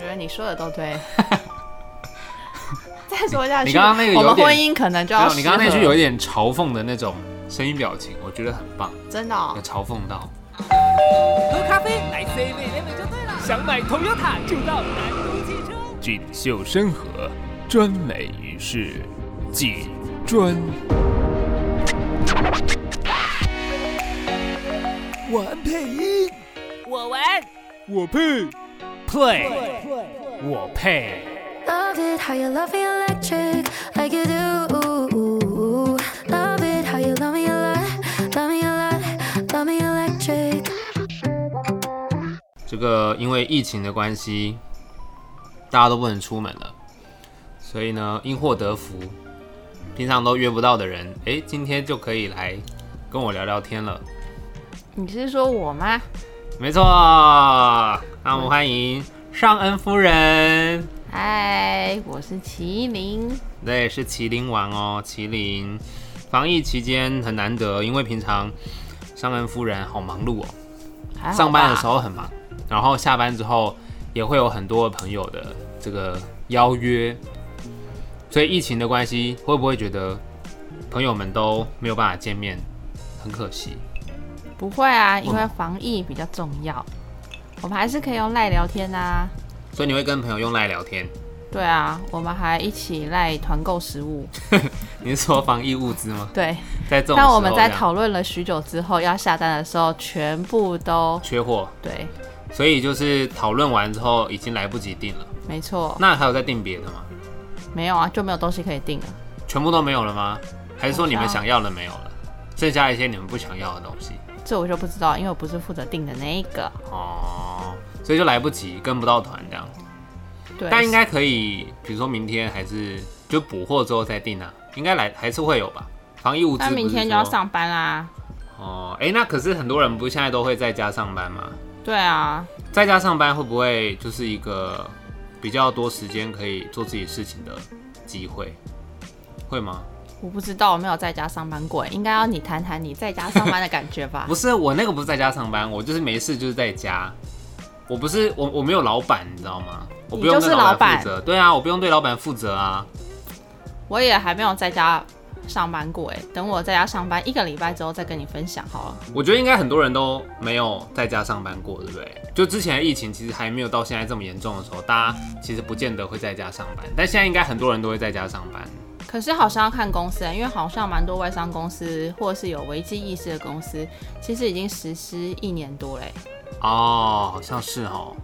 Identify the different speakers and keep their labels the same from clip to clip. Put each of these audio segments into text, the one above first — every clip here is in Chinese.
Speaker 1: 得你说的都对。 再说下去，
Speaker 2: 你刚刚那个有
Speaker 1: 我们
Speaker 2: 点
Speaker 1: 婚姻可能就
Speaker 2: 没
Speaker 1: 要
Speaker 2: 有，你刚刚那
Speaker 1: 失
Speaker 2: 句
Speaker 1: 和
Speaker 2: 有一点嘲讽的那种声音表情，我觉得很棒，
Speaker 1: 真的、哦
Speaker 2: 有，嘲讽到。
Speaker 3: 喝咖啡来 C 位 l 就对了。想买 Toyota 就到南都汽车。
Speaker 2: 锦绣山河，专美于世，锦专。
Speaker 3: 我玩
Speaker 2: 我配，
Speaker 3: play，
Speaker 2: 我配。
Speaker 4: Love it how you love me electric, like you do. Love it how you love me a lot, love me a lot, love me electric.
Speaker 2: 这个因为疫情的关系，大家都不能出门了，所以呢，因祸得福，平常都约不到的人，诶，今天就可以来跟我聊聊天了。
Speaker 1: 你是说我吗？
Speaker 2: 没错，那我们欢迎尚恩夫人，
Speaker 1: 嗨，我是麒麟。
Speaker 2: 对，是麒麟王哦，麒麟。防疫期间很难得，因为平常尚恩夫人好忙碌哦，
Speaker 1: 还好吧
Speaker 2: 上班的时，候很忙，然后下班之后也会有很多朋友的这个邀约，所以疫情的关系，会不会觉得朋友们都没有办法见面，很可惜？
Speaker 1: 不会啊，
Speaker 2: 嗯
Speaker 1: 因为防疫比较重要，我们还是可以用赖聊天啊。
Speaker 2: 所以你会跟朋友用赖聊天？
Speaker 1: 对啊，我们还一起赖团购食物。
Speaker 2: 你是说防疫物资吗？
Speaker 1: 对，
Speaker 2: 在 这种
Speaker 1: 当我们
Speaker 2: 时候
Speaker 1: 在
Speaker 2: 这样
Speaker 1: 讨论了许久之后，要下单的时候，全部都
Speaker 2: 缺货，
Speaker 1: 对，
Speaker 2: 所以就是讨论完之后已经来不及订了。
Speaker 1: 没错，
Speaker 2: 那还有在订别的吗？
Speaker 1: 没有啊，就没有东西可以订了。
Speaker 2: 全部都没有了吗？还是说你们
Speaker 1: 好像
Speaker 2: 想要的没有了，剩下一些你们不想要的东西？
Speaker 1: 这我就不知道，因为我不是负责订的那一个。
Speaker 2: 哦，所以就来不及，跟不到团这样。
Speaker 1: 对，
Speaker 2: 但应该可以，比如说明天还是就补货之后再订啊，应该来还是会有吧。防疫物资
Speaker 1: 那
Speaker 2: 不是
Speaker 1: 明天就
Speaker 2: 说
Speaker 1: 要上班啦。
Speaker 2: 哦，哎、那可是很多人不是现在都会在家上班吗？
Speaker 1: 对啊，
Speaker 2: 在家上班会不会就是一个比较多时间可以做自己事情的机会？会吗？
Speaker 1: 我不知道，我没有在家上班过，应该要你谈谈你在家上班的感觉吧
Speaker 2: 不。是，我那个不是在家上班，我就是没事就是在家。我不是我我没有老板，你知道吗？我不用
Speaker 1: 你就是
Speaker 2: 对
Speaker 1: 老
Speaker 2: 板
Speaker 1: 板
Speaker 2: 负责，对啊，我不用对老板负责啊。
Speaker 1: 我也还没有在家上班过，哎，等我在家上班一个礼拜之后再跟你分享好了。
Speaker 2: 我觉得应该很多人都没有在家上班过，对不对？就之前的疫情其实还没有到现在这么严重的时候，大家其实不见得会在家上班，但现在应该很多人都会在家上班。
Speaker 1: 可是好像要看公司、因为好像蛮多外商公司或者是有危机意识的公司，其实已经实施一年多欸嘞。
Speaker 2: 哦，好像是哦，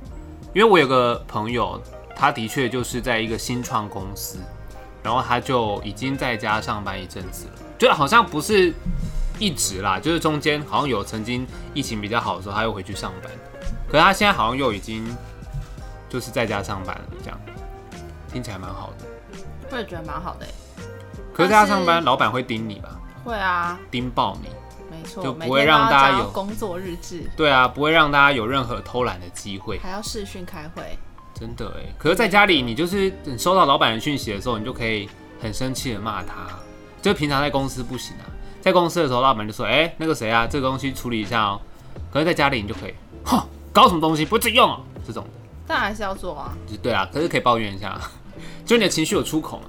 Speaker 2: 因为我有个朋友，他的确就是在一个新创公司，然后他就已经在家上班一阵子了，就好像不是一直啦，就是中间好像有曾经疫情比较好的时候，他又回去上班，可是他现在好像又已经就是在家上班了，这样听起来蛮好的。
Speaker 1: 我也觉得蛮好的，欸
Speaker 2: 可是在家
Speaker 1: 但是
Speaker 2: 上班，老板会盯你吧？
Speaker 1: 会啊，
Speaker 2: 盯爆你。
Speaker 1: 没错，
Speaker 2: 就不
Speaker 1: 每
Speaker 2: 会
Speaker 1: 天
Speaker 2: 让
Speaker 1: 都要
Speaker 2: 大家
Speaker 1: 交
Speaker 2: 有
Speaker 1: 工作日志，
Speaker 2: 对啊，不会让大家有任何偷懒的机会。
Speaker 1: 还要视讯开会。
Speaker 2: 真的哎，可是在家里，你就是你收到老板的讯息的时候，你就可以很生气的骂他。就平常在公司不行啊，在公司的时候，老板就说：“哎、那个谁啊，这个东西处理一下哦。”可是在家里你就可以，哼，搞什么东西不自己用哦，这种的
Speaker 1: 但还是要做啊。
Speaker 2: 就对啊。可是可以抱怨一下，就你的情绪有出口嘛。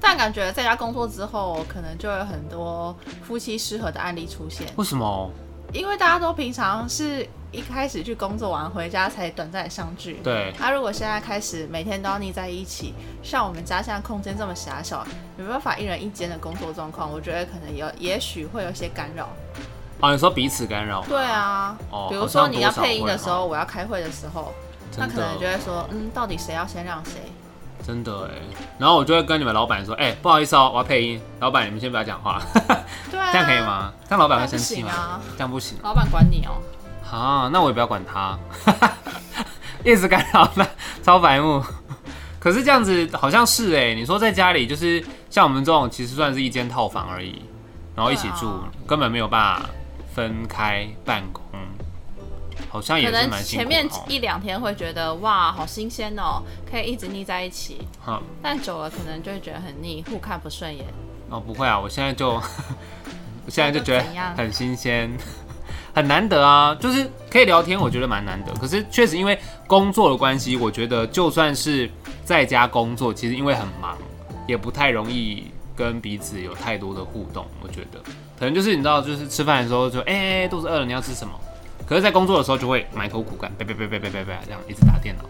Speaker 1: 但感觉在家工作之后，可能就有很多夫妻失和的案例出现，
Speaker 2: 为什么？
Speaker 1: 因为大家都平常是一开始去工作完回家才短暂地相聚。
Speaker 2: 对，
Speaker 1: 他、如果现在开始每天都要腻在一起，像我们家现在空间这么狭小，没办法一人一间的工作状况，我觉得可能有，也许会有一些干扰。
Speaker 2: 哦，你说彼此干扰，
Speaker 1: 对啊，
Speaker 2: 哦
Speaker 1: 比
Speaker 2: 好
Speaker 1: 如
Speaker 2: 像
Speaker 1: 说你要
Speaker 2: 多少
Speaker 1: 配音的
Speaker 2: 会
Speaker 1: 时候，
Speaker 2: 哦
Speaker 1: 我要开会的时候，那
Speaker 2: 真
Speaker 1: 可能就
Speaker 2: 的
Speaker 1: 会说，嗯，到底谁要先让谁？
Speaker 2: 真的哎。然后我就会跟你们老板说：“哎、不好意思哦，我要配音。”老板，你们先不要讲话，
Speaker 1: 对啊，
Speaker 2: 这样可以？吗？这样老板会生气
Speaker 1: 那不行
Speaker 2: 吗
Speaker 1: 啊？
Speaker 2: 这样不行哦。
Speaker 1: 老板管你哦、
Speaker 2: 啊，那我也不要管他， 一直干扰他，超白目。可是这样子好像是哎、你说在家里就是像我们这种，其实算是一间套房而已，然后一起住，
Speaker 1: 对啊
Speaker 2: 根本没有办法分开办公，好像也
Speaker 1: 可
Speaker 2: 是
Speaker 1: 能
Speaker 2: 蛮辛苦
Speaker 1: 前
Speaker 2: 的
Speaker 1: 面
Speaker 2: 哦
Speaker 1: 一两天会觉得哇，好新鲜哦，可以一直腻在一起。
Speaker 2: 哈
Speaker 1: 但久了可能就会觉得很腻，互看不顺眼。
Speaker 2: 哦，不会啊，我现在就，我现在就觉得
Speaker 1: 怎样
Speaker 2: 很新鲜， 很难得啊，就是可以聊天，我觉得蛮难得。可是确实因为工作的关系，我觉得就算是在家工作，其实因为很忙，也不太容易跟彼此有太多的互动。我觉得可能就是你知道，就是吃饭的时候就哎、欸肚子饿了，你要吃什么？可是，在工作的时候就会埋头苦干，背背背背背背背，这样一直打电脑。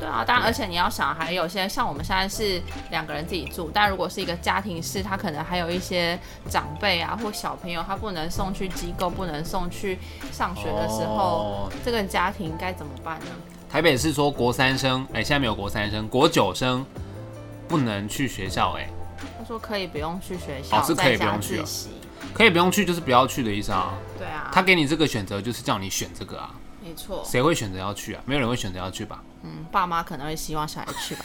Speaker 1: 对啊，当然，而且你要想，还有些像我们现在是两个人自己住，但如果是一个家庭式，他可能还有一些长辈啊或小朋友，他不能送去机构，不能送去上学的时候，
Speaker 2: 哦
Speaker 1: 这个家庭该怎么办呢？
Speaker 2: 台北是说国三生，哎、现在没有国三生，国九生不能去学校、哎，
Speaker 1: 他说可以不用去学校，
Speaker 2: 哦是可
Speaker 1: 在
Speaker 2: 以
Speaker 1: 家
Speaker 2: 不用去
Speaker 1: 自
Speaker 2: 哦
Speaker 1: 习。
Speaker 2: 可以不用去，就是不要去的意思啊。
Speaker 1: 对啊，
Speaker 2: 他给你这个选择，就是叫你选这个啊。
Speaker 1: 没错，
Speaker 2: 谁会选择要去啊？没有人会选择要去吧？
Speaker 1: 嗯，爸妈可能会希望小孩 去吧。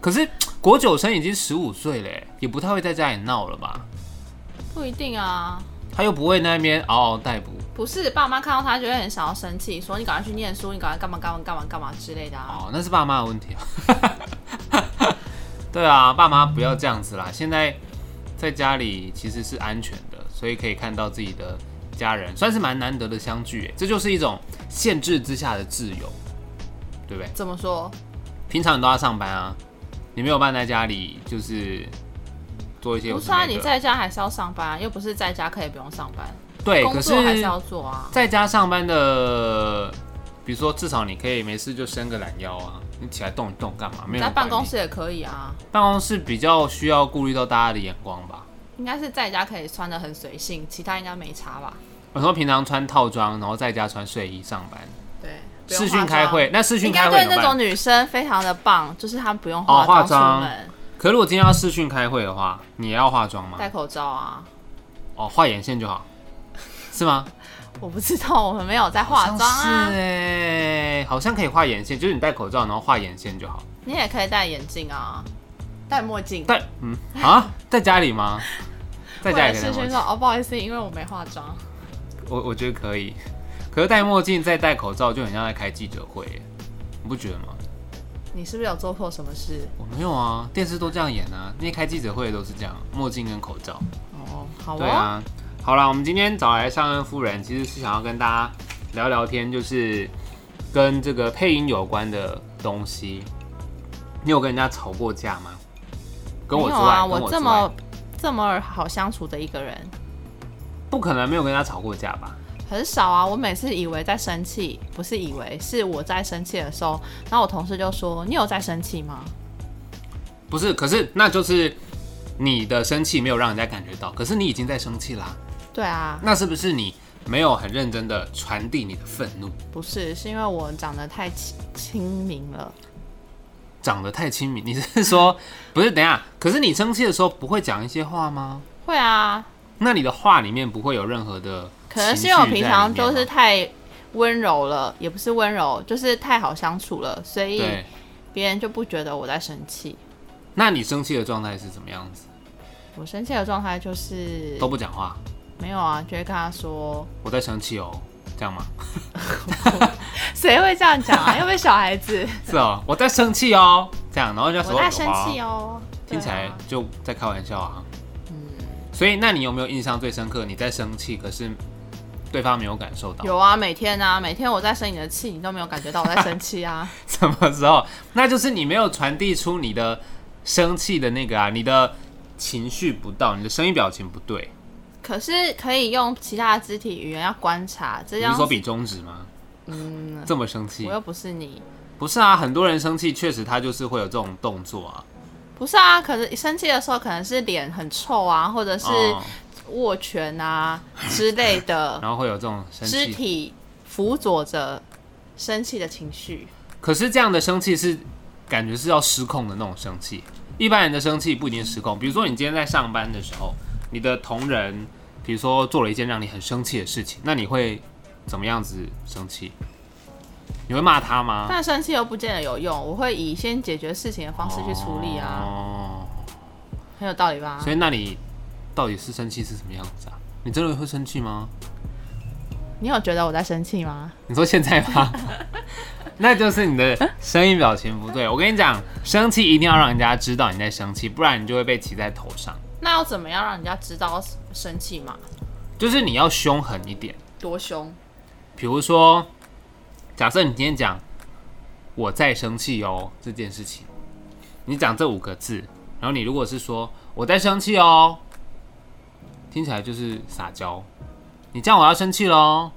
Speaker 2: 可是国九生已经十五岁了，哎也不太会在家里闹了吧？
Speaker 1: 不一定啊，
Speaker 2: 他又不会那边哦嗷嗷待哺。
Speaker 1: 不是爸妈看到他就会很想要生气，说你赶快去念书，你赶快干嘛干嘛干嘛干嘛之类的啊。
Speaker 2: 哦，那是爸妈的问题啊。 对啊，爸妈不要这样子啦。现在在家里其实是安全的，所以可以看到自己的家人，算是蛮难得的相聚耶。这就是一种限制之下的自由，对不对？
Speaker 1: 怎么说？
Speaker 2: 平常你都要上班啊，你没有办法在家里就是做一些有
Speaker 1: 不
Speaker 2: 的
Speaker 1: 是啊，
Speaker 2: 没的
Speaker 1: 你在家还是要上班啊，又不是在家可以不用上班，
Speaker 2: 对，哎可
Speaker 1: 工
Speaker 2: 是
Speaker 1: 作还是要做啊。
Speaker 2: 在家上班的，比如说至少你可以没事就伸个懒腰啊，你起来动一动干嘛？没有
Speaker 1: 在
Speaker 2: 人管
Speaker 1: 办
Speaker 2: 你
Speaker 1: 公室也可以啊，
Speaker 2: 办公室比较需要顾虑到大家的眼光吧。
Speaker 1: 应该是在家可以穿的很随性，其他应该没差吧？
Speaker 2: 我说平常穿套装，然后在家穿睡衣上班，
Speaker 1: 对，不用
Speaker 2: 视
Speaker 1: 化妆
Speaker 2: 讯开会，那视讯
Speaker 1: 应
Speaker 2: 开
Speaker 1: 该
Speaker 2: 会
Speaker 1: 对
Speaker 2: 怎么
Speaker 1: 那种
Speaker 2: 办？
Speaker 1: 女生非常的棒，就是她们不用
Speaker 2: 哦化
Speaker 1: 化妆
Speaker 2: 妆
Speaker 1: 出门，
Speaker 2: 可如果今天要视讯开会的话，你也要化妆吗？
Speaker 1: 戴口罩啊。
Speaker 2: 哦，画眼线就好，是吗？
Speaker 1: 我不知道，我们没有在化妆
Speaker 2: 好像是
Speaker 1: 啊，
Speaker 2: 哎、好像可以画眼线，就是你戴口罩，然后画眼线就好。
Speaker 1: 你也可以戴眼镜啊，戴墨镜。
Speaker 2: 戴嗯啊，在家 里吗？在家
Speaker 1: 或者
Speaker 2: 里可以
Speaker 1: 是
Speaker 2: 戴墨
Speaker 1: 去
Speaker 2: 镜
Speaker 1: 说，哦，不好意思，因为我没化妆。
Speaker 2: 我我觉得可以。可是戴墨镜再戴口罩，就很像在开记者会耶，你不觉得吗？
Speaker 1: 你是不是有做错什么事？
Speaker 2: 我没有啊，电视都这样演啊，那些开记者会的都是这样，墨镜跟口罩。
Speaker 1: 哦，好
Speaker 2: 对
Speaker 1: 哦，
Speaker 2: 啊，好啦，我们今天找来上恩夫人，其实是想要跟大家聊聊天，就是跟这个配音有关的东西。你有跟人家吵过架吗？跟我
Speaker 1: 没
Speaker 2: 之
Speaker 1: 有
Speaker 2: 外，
Speaker 1: 啊，
Speaker 2: 跟
Speaker 1: 我
Speaker 2: 之外
Speaker 1: 这么这么好相处的一个人
Speaker 2: 不可能没有跟人家吵过架吧？
Speaker 1: 很少啊。我每次以为在生气，不是以为是我在生气的时候，然后我同事就说：“你有在生气吗
Speaker 2: 不是，可是那就是你的生气没有让人家感觉到，可是你已经在生气啦、？”
Speaker 1: 对啊，
Speaker 2: 那是不是你没有很认真的传递你的愤怒？
Speaker 1: 不是，是因为我长得太亲亲民了。
Speaker 2: 长得太亲民？ 你是说不是？等一下，可是你生气的时候不会讲一些话吗？
Speaker 1: 会啊，
Speaker 2: 那你的话里面不会有任何的
Speaker 1: 可
Speaker 2: 情绪在里面吗，
Speaker 1: 能是因为我平常就是太温柔了，也不是温柔，就是太好相处了，所以
Speaker 2: 啊对。
Speaker 1: 别人就不觉得我在生气。
Speaker 2: 那你生气的状态是怎么样子？
Speaker 1: 我生气的状态就是
Speaker 2: 都不讲话，
Speaker 1: 没有啊，就会跟他说，
Speaker 2: 我在生气哦，这样吗？
Speaker 1: 谁会这样讲啊？又不是小孩子，
Speaker 2: 是哦，我在生气哦，这样，然后就说
Speaker 1: 我在生气
Speaker 2: 哦，
Speaker 1: 哦。
Speaker 2: 听起来
Speaker 1: 对啊
Speaker 2: 就在开玩笑啊。
Speaker 1: 嗯
Speaker 2: 所以那你有没有印象最深刻？你在生气，可是对方没有感受到，
Speaker 1: 有啊，每天啊，每天我在生你的气，你都没有感觉到我在生气 啊。
Speaker 2: 什么时候？那就是你没有传递出你的生气的那个啊，你的情绪不到，你的声音表情不对。
Speaker 1: 可是可以用其他的肢体语言要观察，这
Speaker 2: 你
Speaker 1: 样
Speaker 2: 是说比中指吗？嗯，这么生气
Speaker 1: 我？又不是你，
Speaker 2: 不是啊，很多人生气确实他就是会有这种动作啊。
Speaker 1: 不是啊。可是生气的时候可能是脸很臭啊，或者是
Speaker 2: 哦
Speaker 1: 握拳啊之类 的，
Speaker 2: 然后会有这种生
Speaker 1: 肢
Speaker 2: 气。
Speaker 1: 体辅佐着生气的情绪。
Speaker 2: 可是这样的生气是感觉是要失控的那种生气。一般人的生气不一定失控，比如说你今天在上班的时候，你的同仁比如说做了一件让你很生气的事情，那你会怎么样子生气？你会骂他吗？
Speaker 1: 但生气又不见得有用，我会以先解决事情的方式去处理啊，
Speaker 2: 哦，
Speaker 1: 很有道理吧？
Speaker 2: 所以那你到底是生气是什么样子啊？你真的会生气吗？
Speaker 1: 你有觉得我在生气吗？
Speaker 2: 你说现在吗？ 那就是你的声音表情不对。我跟你讲，生气一定要让人家知道你在生气，不然你就会被骑在头上。
Speaker 1: 那要怎么样让人家知道生气嘛？
Speaker 2: 就是你要凶狠一点，
Speaker 1: 多凶？
Speaker 2: 比如说，假设你今天讲“我在生气哦”这件事情，你讲这五个字，然后你如果是说“我在生气哦”，听起来就是撒娇。你这样我要生气喽。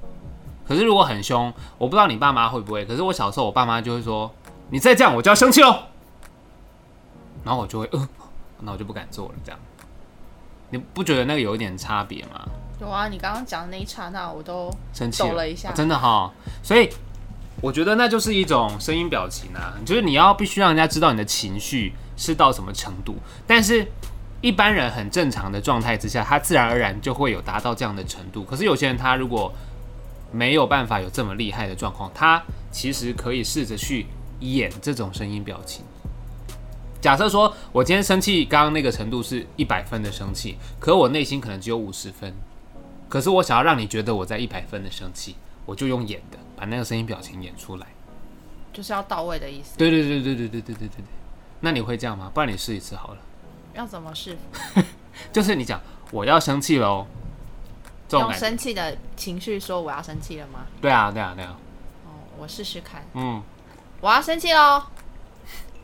Speaker 2: 可是如果很凶，我不知道你爸妈会不会。可是我小时候，我爸妈就会说：“你再这样，我就要生气喽。”然后我就会，呃，那我就不敢做了。这样，你不觉得那个有一点差别吗？
Speaker 1: 有啊，你刚刚讲的那一刹那，我都
Speaker 2: 生气
Speaker 1: 抖了一下
Speaker 2: 啊真的哈、所以我觉得那就是一种声音表情啊，就是你要必须让人家知道你的情绪是到什么程度，但是。一般人很正常的状态之下，他自然而然就会有达到这样的程度。可是有些人他如果没有办法有这么厉害的状况，他其实可以试着去演这种声音表情。假设说我今天生气，刚刚那个程度是一百分的生气，可我内心可能只有五十分，可是我想要让你觉得我在一百分的生气，我就用演的把那个声音表情演出来。
Speaker 1: 就是要到位的意思。
Speaker 2: 对对对对对对对对对对。那你会这样吗？不然你试一次好了。
Speaker 1: 要怎么是
Speaker 2: 就是你讲我要生气喽，这种
Speaker 1: 用
Speaker 2: 感觉。
Speaker 1: 生气的情绪说我要生气了吗？
Speaker 2: 对啊对啊对啊，
Speaker 1: 哦，我试试看，
Speaker 2: 嗯，
Speaker 1: 我要生气喽。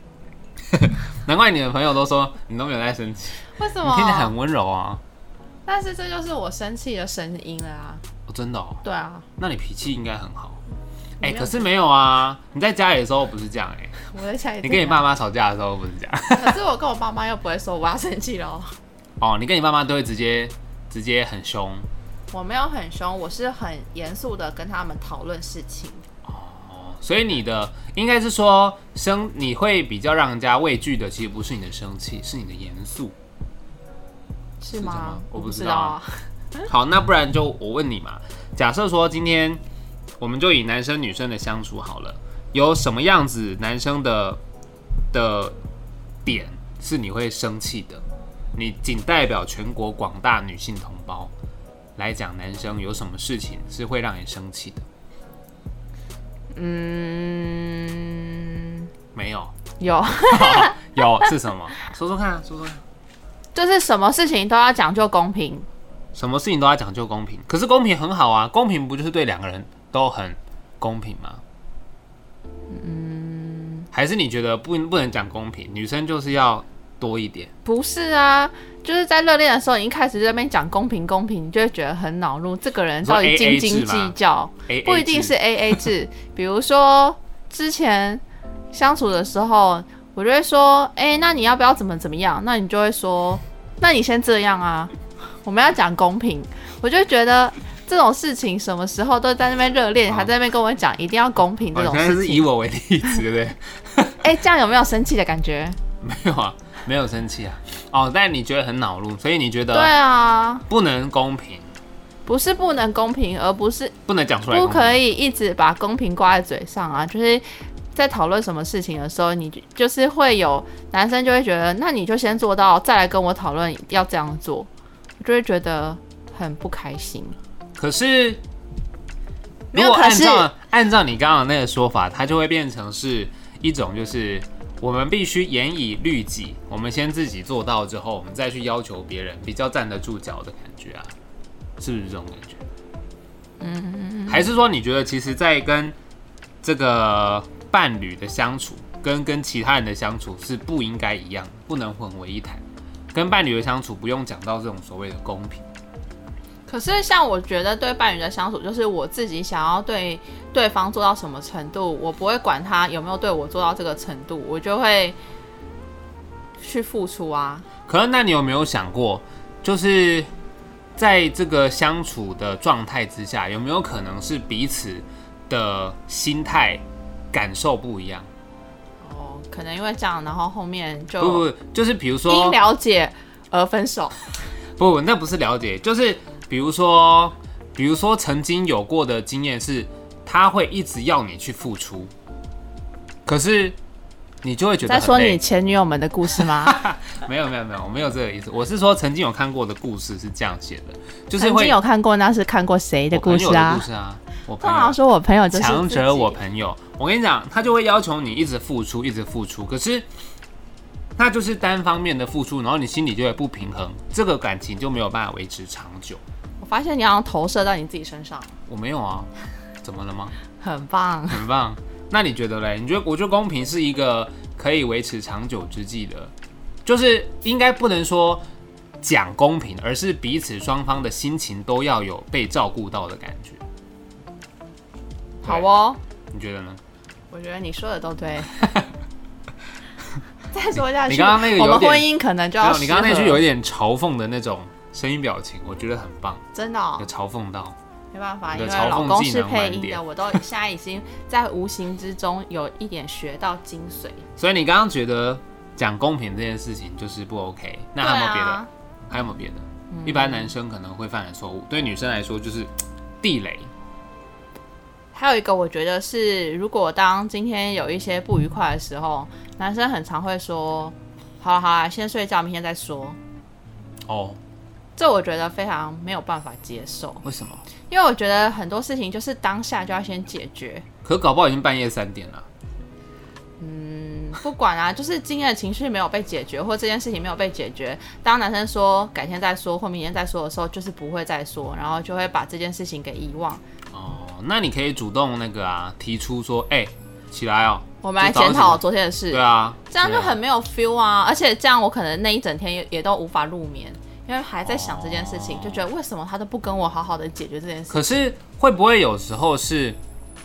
Speaker 2: 难怪你的朋友都说你都没有在生气，
Speaker 1: 为什
Speaker 2: 你听起来
Speaker 1: 么？
Speaker 2: 很温柔啊。
Speaker 1: 但是这就是我生气的声音了啊。
Speaker 2: 哦，真的哦，
Speaker 1: 对啊，
Speaker 2: 那你脾气应该很好。哎、
Speaker 1: 没有
Speaker 2: 可是没有啊，你在家里的时候不是这样哎、
Speaker 1: 我在家里。
Speaker 2: 你跟你爸？妈吵架的时候不是这样。
Speaker 1: 可是我跟我爸妈又不会说我要生气喽。
Speaker 2: 哦，你跟你爸妈都会直接直接很凶。
Speaker 1: 我没有很凶，我是很严肃的跟他们讨论事情。
Speaker 2: 所以你的应该是说生，你会比较让人家畏惧的，其实不是你的生气，是你的严肃。
Speaker 1: 是
Speaker 2: 吗
Speaker 1: 吗？
Speaker 2: 我不
Speaker 1: 不
Speaker 2: 知
Speaker 1: 知
Speaker 2: 道
Speaker 1: 啊。
Speaker 2: 啊好，那不然就我问你嘛，假设说今天我们就以男生女生的相处好了，有什么样子男生的的点是你会生气的？你仅代表全国广大女性同胞来讲，男生有什么事情是会让你生气的？
Speaker 1: 嗯，
Speaker 2: 没有，
Speaker 1: 有，
Speaker 2: 有是什么？说说看啊，说说看。
Speaker 1: 就是什么事情都要讲究公平。
Speaker 2: 什么事情都要讲究公平，可是公平很好啊，公平不就是对两个人都很公平吗？嗯，还是你觉得不不能讲公平，女生就是要多一点，
Speaker 1: 不是啊，就是在热恋的时候，你一开始在那边讲公平公平，你就会觉得很恼怒。这个人到底斤斤计较，
Speaker 2: AA
Speaker 1: 不一定是
Speaker 2: 制哦
Speaker 1: A A 制。 比如说之前相处的时候，我就会说，哎、那你要不要怎么怎么样？那你就会说，那你先这样啊，我们要讲公平。我就觉得这种事情什么时候都在那边热恋，
Speaker 2: 哦
Speaker 1: 还在那边跟我讲一定要公平这
Speaker 2: 哦
Speaker 1: 种
Speaker 2: 你现在
Speaker 1: 事
Speaker 2: 是以
Speaker 1: 情，
Speaker 2: 我为例子，对不对？
Speaker 1: 哎、这样有没有生气的感觉？
Speaker 2: 没有啊，没有生气啊。哦，但你觉得很恼怒，所以你觉
Speaker 1: 对
Speaker 2: 得
Speaker 1: 啊，
Speaker 2: 不能公平，
Speaker 1: 不是不能公平，而不是
Speaker 2: 不能讲出来
Speaker 1: 不
Speaker 2: 公平，
Speaker 1: 可以一直把公平挂在嘴上啊！就是在讨论什么事情的时候，你就就是会有男生就会觉得，那你就先做到，再来跟我讨论要这样做，我就会觉得很不开心。
Speaker 2: 可是，
Speaker 1: 没
Speaker 2: 如
Speaker 1: 有
Speaker 2: 果
Speaker 1: 可
Speaker 2: 按
Speaker 1: 是
Speaker 2: 照按照你刚刚的那个说法，它就会变成是一种就是我们必须严以律己，我们先自己做到之后，我们再去要求别人，比较站得住脚的感觉啊，是不是这种感觉？嗯，还是说你觉得其实，在跟这个伴侣的相处，跟跟其他人的相处是不应该一样的，不能混为一谈。跟伴侣的相处不用讲到这种所谓的公平。
Speaker 1: 可是像我觉得对伴侣的相处，就是我自己想要对对方做到什么程度，我不会管他有没有对我做到这个程度，我就会去付出啊。
Speaker 2: 可是，那你有没有想过，就是在这个相处的状态之下，有没有可能是彼此的心态感受不一样？
Speaker 1: 哦，可能因为这样，然后后面就
Speaker 2: 不不，就是比如
Speaker 1: 因
Speaker 2: 说，
Speaker 1: 了解而分手。
Speaker 2: 不不，那不是了解，就是比如说，比如说曾经有过的经验是，他会一直要你去付出，可是你就会觉得
Speaker 1: 在
Speaker 2: 很
Speaker 1: 说
Speaker 2: 累
Speaker 1: 你前女友们的故事吗？
Speaker 2: 没有没有没有，我没有这个意思，我是说曾经有看过的故事是这样写的，就是
Speaker 1: 曾
Speaker 2: 会
Speaker 1: 经有看过，那是看过谁的
Speaker 2: 我朋
Speaker 1: 故
Speaker 2: 友
Speaker 1: 事
Speaker 2: 的
Speaker 1: 啊
Speaker 2: 故？事啊，我
Speaker 1: 通
Speaker 2: 朋友
Speaker 1: 常说我朋友就是
Speaker 2: 强
Speaker 1: 自己
Speaker 2: 者我朋友，我跟你讲，他就会要求你一直付出，一直付出。可是，那就是单方面的付出，然后你心里就会不平衡，这个感情就没有办法维持长久。
Speaker 1: 我我发现你好像投射在你自己身上，
Speaker 2: 我没有啊，怎么了吗？
Speaker 1: 很棒。
Speaker 2: 很棒。那你觉得嘞？你觉得我觉得公平是一个可以维持长久之计的，就是应该不能说讲公平，而是彼此双方的心情都要有被照顾到的感觉。
Speaker 1: 好哦，
Speaker 2: 你觉得呢？
Speaker 1: 我觉得你说的都 对。再说下去，
Speaker 2: 你刚刚那个有
Speaker 1: 我们
Speaker 2: 点
Speaker 1: 婚姻可能就
Speaker 2: 没
Speaker 1: 要
Speaker 2: 有，你刚刚那
Speaker 1: 失
Speaker 2: 句
Speaker 1: 和
Speaker 2: 有一点嘲讽的那种声音表情，我觉得很棒，
Speaker 1: 真的哦、
Speaker 2: 有嘲讽到。
Speaker 1: 没办法，
Speaker 2: 你
Speaker 1: 因
Speaker 2: 的
Speaker 1: 为
Speaker 2: 嘲
Speaker 1: 老
Speaker 2: 讽
Speaker 1: 公
Speaker 2: 技
Speaker 1: 是
Speaker 2: 能
Speaker 1: 配
Speaker 2: 满
Speaker 1: 音的，
Speaker 2: 点
Speaker 1: 我都现在已经在无形之中有一点学到精髓。
Speaker 2: 所以你刚刚觉得讲公平这件事情就是不 OK，那还有没有别的？
Speaker 1: 对啊嗯
Speaker 2: 还有没有别的？一般男生可能会犯的错误，对女生来说就是嘖地雷。
Speaker 1: 还有一个，我觉得是，如果当今天有一些不愉快的时候，男生很常会说：“好了好了，先睡觉，明天再说。
Speaker 2: 哦，”
Speaker 1: 这我觉得非常没有办法接受，
Speaker 2: 为什么？
Speaker 1: 因为我觉得很多事情就是当下就要先解决。
Speaker 2: 可搞不好已经半夜三点了。
Speaker 1: 嗯，不管啊，就是今天的情绪没有被解决，或这件事情没有被解决，当男生说改天再说或明天再说的时候，就是不会再说，然后就会把这件事情给遗忘。
Speaker 2: 哦，那你可以主动那个啊，提出说，哎、起来哦，
Speaker 1: 我们来
Speaker 2: 就早
Speaker 1: 检
Speaker 2: 上
Speaker 1: 讨
Speaker 2: 起
Speaker 1: 昨天的事。
Speaker 2: 来。对啊，
Speaker 1: 这样就
Speaker 2: 对啊
Speaker 1: 很没有 feel 啊，而且这样我可能那一整天也也都无法入眠，因为还在想这件事情，就觉得为什么他都不跟我好好的解决这件事。
Speaker 2: 可是会不会有时候是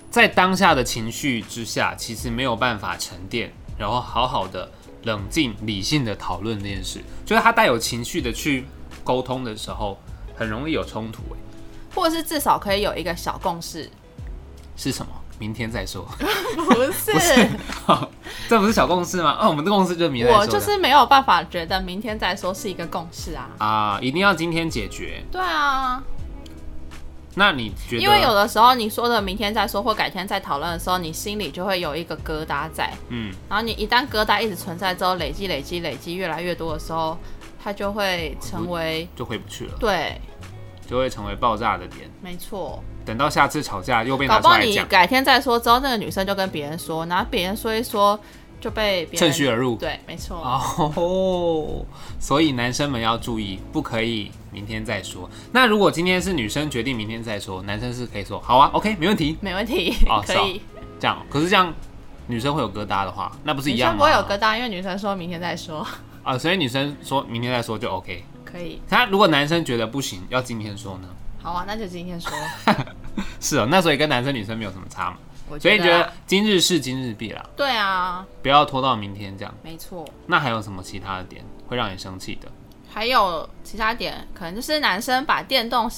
Speaker 2: 在当下的情绪之下，其实没有办法沉淀，然后好好的冷静、理性的讨论这件事？就是他带有情绪的去沟通的时候，很容易有冲突、欸。
Speaker 1: 或者是至少可以有一个小共识，
Speaker 2: 是什么？明天再说。
Speaker 1: 不 是，
Speaker 2: 这不是小共识吗？哦，我们的共识就是明天再
Speaker 1: 我
Speaker 2: 说的。
Speaker 1: 就是没有办法觉得明天再说是一个共识啊。
Speaker 2: 啊、一定要今天解决。
Speaker 1: 对啊，
Speaker 2: 那你觉得？
Speaker 1: 因为有的时候你说的明天再说或改天再讨论的时候，你心里就会有一个疙瘩在，
Speaker 2: 嗯，
Speaker 1: 然后你一旦疙瘩一直存在之后，累积累积累积越来越多的时候，它就会成为
Speaker 2: 就回不去了，
Speaker 1: 对，
Speaker 2: 就会成为爆炸的点。
Speaker 1: 没错。
Speaker 2: 等到下次吵架又被
Speaker 1: 搞
Speaker 2: 拿
Speaker 1: 不
Speaker 2: 出
Speaker 1: 好
Speaker 2: 来
Speaker 1: 你
Speaker 2: 讲，
Speaker 1: 改天再说，之后那个女生就跟别人说，然后别人说一说就被别人
Speaker 2: 趁虚而入。
Speaker 1: 对，没错。
Speaker 2: 哦，所以男生们要注意，不可以明天再说。那如果今天是女生决定明天再说，男生是可以说好啊，OK，没问题，
Speaker 1: 没问题，
Speaker 2: 哦
Speaker 1: 可
Speaker 2: 是哦
Speaker 1: 以。
Speaker 2: 这样。可是这样，女生会有疙瘩的话，那不是一
Speaker 1: 女
Speaker 2: 样
Speaker 1: 生
Speaker 2: 吗？
Speaker 1: 不会有疙瘩，因为女生说明天再说，
Speaker 2: 啊，所以女生说明天再说就 OK。
Speaker 1: 可以。
Speaker 2: 他如果男生觉得不行，要今天说呢？
Speaker 1: 好啊，那就今天说。
Speaker 2: 是哦，那所以跟男生女生没有什么差嘛。
Speaker 1: 我
Speaker 2: 所以觉
Speaker 1: 得
Speaker 2: 得
Speaker 1: 啊
Speaker 2: 今日事今日毕啦，
Speaker 1: 对啊，
Speaker 2: 不要拖到明天这样。
Speaker 1: 没错。
Speaker 2: 那还有什么其他的点会让你生气的？
Speaker 1: 还有其他点，可能就是男生把电动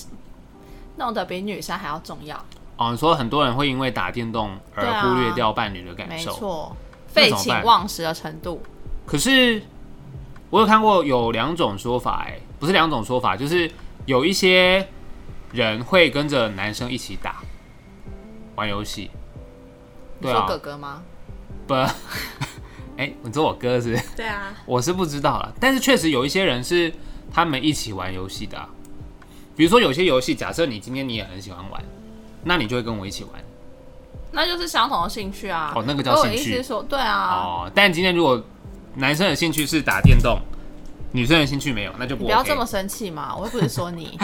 Speaker 1: 弄得比女生还要重要，
Speaker 2: 哦，你说很多人会因为打电动而
Speaker 1: 对啊
Speaker 2: 忽略掉伴侣的感
Speaker 1: 没
Speaker 2: 受，
Speaker 1: 错，
Speaker 2: 那
Speaker 1: 废
Speaker 2: 怎么
Speaker 1: 寝
Speaker 2: 办
Speaker 1: 忘食的程度。
Speaker 2: 可是我有看过有两种说法、哎，不是两种说法，就是有一些人会跟着男生一起打玩游戏。
Speaker 1: 你
Speaker 2: 对
Speaker 1: 说
Speaker 2: 啊，
Speaker 1: 哥哥吗？
Speaker 2: 不， 哎、你说我哥是不是？
Speaker 1: 对啊，
Speaker 2: 我是不知道了，但是确实有一些人是他们一起玩游戏的啊、比如说有些游戏，假设你今天你也很喜欢玩，那你就会跟我一起玩。
Speaker 1: 那就是相同的兴趣啊。
Speaker 2: 哦那个叫
Speaker 1: 可我
Speaker 2: 兴
Speaker 1: 意思
Speaker 2: 趣
Speaker 1: 是说，对啊。
Speaker 2: 哦，但今天如果男生的兴趣是打电动，女生的兴趣没有，那就不、
Speaker 1: 你不
Speaker 2: OK、
Speaker 1: 要这么生气嘛，我又不是说 你，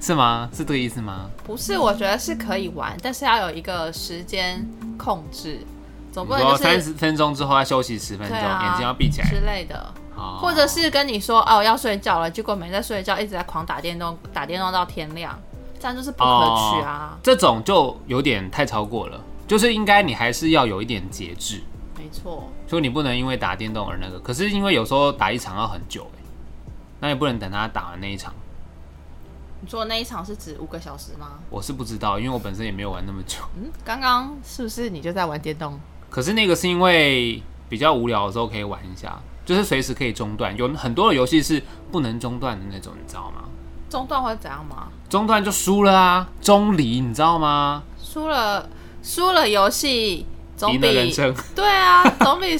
Speaker 2: 是吗？是这个意思吗？
Speaker 1: 不是，我觉得是可以玩，但是要有一个时间控制，哦总不
Speaker 2: 你
Speaker 1: 能
Speaker 2: 说
Speaker 1: 就
Speaker 2: 三
Speaker 1: 是
Speaker 2: 十分钟之后要休息十分钟，
Speaker 1: 对啊
Speaker 2: 眼睛要闭起来
Speaker 1: 之，类的，
Speaker 2: 哦
Speaker 1: 或者是跟你说哦要睡觉了，结果没在睡觉，一直在狂打电动，打电动到天亮，这样就是不可取啊
Speaker 2: 哦，这种就有点太超过了，就是应该你还是要有一点节制，
Speaker 1: 没错，
Speaker 2: 就你不能因为打电动而那个。可是因为有时候打一场要很久、欸，那也不能等他打完那一场。
Speaker 1: 你做的那一场是指五个小时吗？
Speaker 2: 我是不知道，因为我本身也没有玩那么久。
Speaker 1: 嗯，刚刚是不是你就在玩电动？
Speaker 2: 可是那个是因为比较无聊的时候可以玩一下，就是随时可以中断。有很多的游戏是不能中断的那种，你知道吗？
Speaker 1: 中断会怎样吗？
Speaker 2: 中断就输了啊，中离，你知道吗？
Speaker 1: 输了输了游戏总
Speaker 2: 赢了
Speaker 1: 比
Speaker 2: 人生。
Speaker 1: 对啊，总比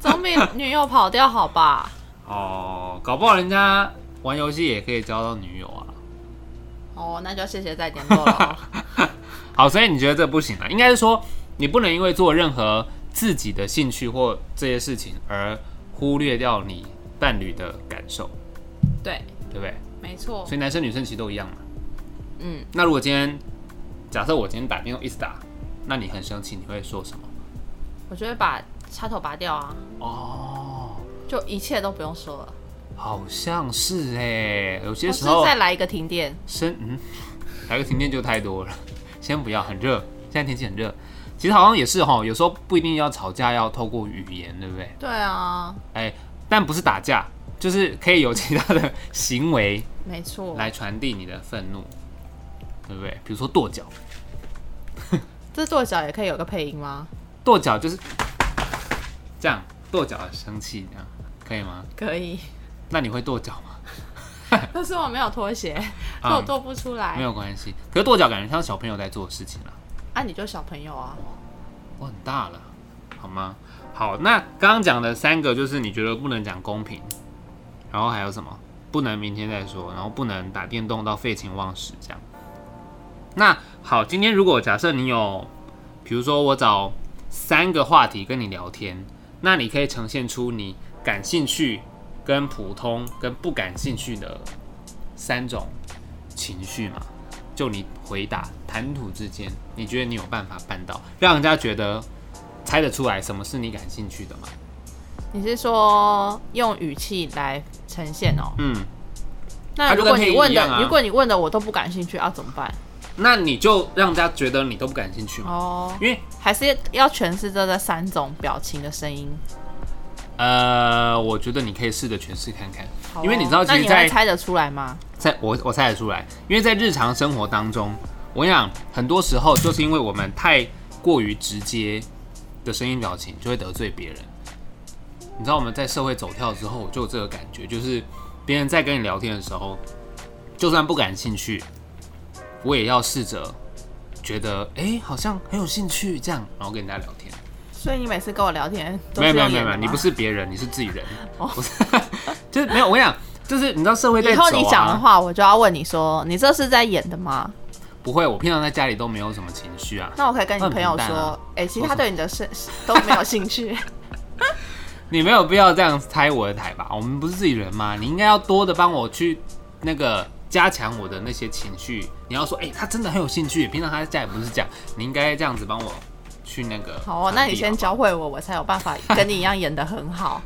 Speaker 1: 总比女友跑掉好吧？
Speaker 2: 哦，搞不好人家玩游戏也可以交到女友啊。
Speaker 1: 哦，那就谢谢再联络了 哦。
Speaker 2: 好，所以你觉得这不行啊？应该是说你不能因为做任何自己的兴趣或这些事情而忽略掉你伴侣的感受，
Speaker 1: 对，
Speaker 2: 对不对？
Speaker 1: 没错
Speaker 2: 所，以男生女生其实都一样嘛。
Speaker 1: 哦嗯，
Speaker 2: 那如果今天假设我今天打电动一直打，那你很生气，你会说什么？
Speaker 1: 我就会把插头拔掉啊，
Speaker 2: 哦，
Speaker 1: 就一切都不用说了，
Speaker 2: 好像是哎，有些
Speaker 1: 或
Speaker 2: 时
Speaker 1: 哦是
Speaker 2: 候
Speaker 1: 再来一个停电，
Speaker 2: 生嗯，来个停电就太多了，先不要，很热，现在天气很热。其实好像也是哈，有时候不一定要吵架，要透过语言，对不对？
Speaker 1: 对啊，
Speaker 2: 哎，但不是打架，就是可以有其他的 行为
Speaker 1: 没错，
Speaker 2: 来传递你的愤怒，对不对？比如说跺脚，
Speaker 1: 这跺脚也可以有个配音吗？
Speaker 2: 跺脚就是这样，跺脚生气这样，可以吗？
Speaker 1: 可 以，
Speaker 2: 那你会跺脚吗？
Speaker 1: 但是我没有拖鞋，
Speaker 2: 嗯
Speaker 1: 我跺不出来，
Speaker 2: 没有关系，可是跺脚感觉像小朋友在做的事情啦。
Speaker 1: 啊，你就小朋友啊，
Speaker 2: 我哦很大了，好吗？好，那刚刚讲的三个就是你觉得不能讲公平，然后还有什么不能明天再说，然后不能打电动到废寝忘食这样。那好，今天如果假设你有，比如说我找三个话题跟你聊天，那你可以呈现出你感兴趣、跟普通、跟不感兴趣的三种情绪嘛？就你回答谈吐之间，你觉得你有办法办到，让人家觉得猜得出来什么是你感兴趣的吗？
Speaker 1: 你是说用语气来呈现哦？
Speaker 2: 嗯，
Speaker 1: 那
Speaker 2: 他就
Speaker 1: 如果
Speaker 2: 跟
Speaker 1: 你
Speaker 2: 配音
Speaker 1: 问
Speaker 2: 一
Speaker 1: 的，
Speaker 2: 样啊
Speaker 1: 如果你问的我都不感兴趣，要、怎么办？
Speaker 2: 那你就让人家觉得你都不感兴趣嘛，
Speaker 1: 哦，
Speaker 2: 因为
Speaker 1: 还是要诠释这三种表情的声音。
Speaker 2: 呃，我觉得你可以试着诠释看看，
Speaker 1: 好哦
Speaker 2: 因为你知道，其
Speaker 1: 那
Speaker 2: 实
Speaker 1: 你会
Speaker 2: 在，在
Speaker 1: 猜得出来吗？
Speaker 2: 我我猜得出来，因为在日常生活当中，我跟你讲，很多时候就是因为我们太过于直接的声音表情，就会得罪别人。你知道我们在社会走跳之后，我就有这个感觉，就是别人在跟你聊天的时候，就算不感兴趣，我也要试着觉得，哎、好像很有兴趣这样，然后跟人家聊天。
Speaker 1: 所以你每次跟我聊天都
Speaker 2: 没
Speaker 1: 是
Speaker 2: 有没有
Speaker 1: 用演
Speaker 2: 没有没
Speaker 1: 的
Speaker 2: 有，
Speaker 1: 吗哦
Speaker 2: 你不是别人，你是自己人，不是， 就是没有。我跟你讲，就是你知道社会在
Speaker 1: 以
Speaker 2: 走、啊、
Speaker 1: 后你讲的话，我就要问你说，你这是在演的吗？
Speaker 2: 不会，我平常在家里都没有什么情绪啊。
Speaker 1: 那我可以跟你
Speaker 2: 那很
Speaker 1: 朋友
Speaker 2: 平淡啊
Speaker 1: 说，哎、其
Speaker 2: 说
Speaker 1: 实他
Speaker 2: 什么
Speaker 1: 对你的是都没有兴 趣。
Speaker 2: 你没有必要这样拆我的台吧？我们不是自己人吗？你应该要多的帮我去那个加强我的那些情绪。你要说，哎、他真的很有兴趣，平常他在家也不是这样，你应该这样子帮我去那个。
Speaker 1: 好、哦，那你先。教会我，我才有办法跟你一样演得很 好。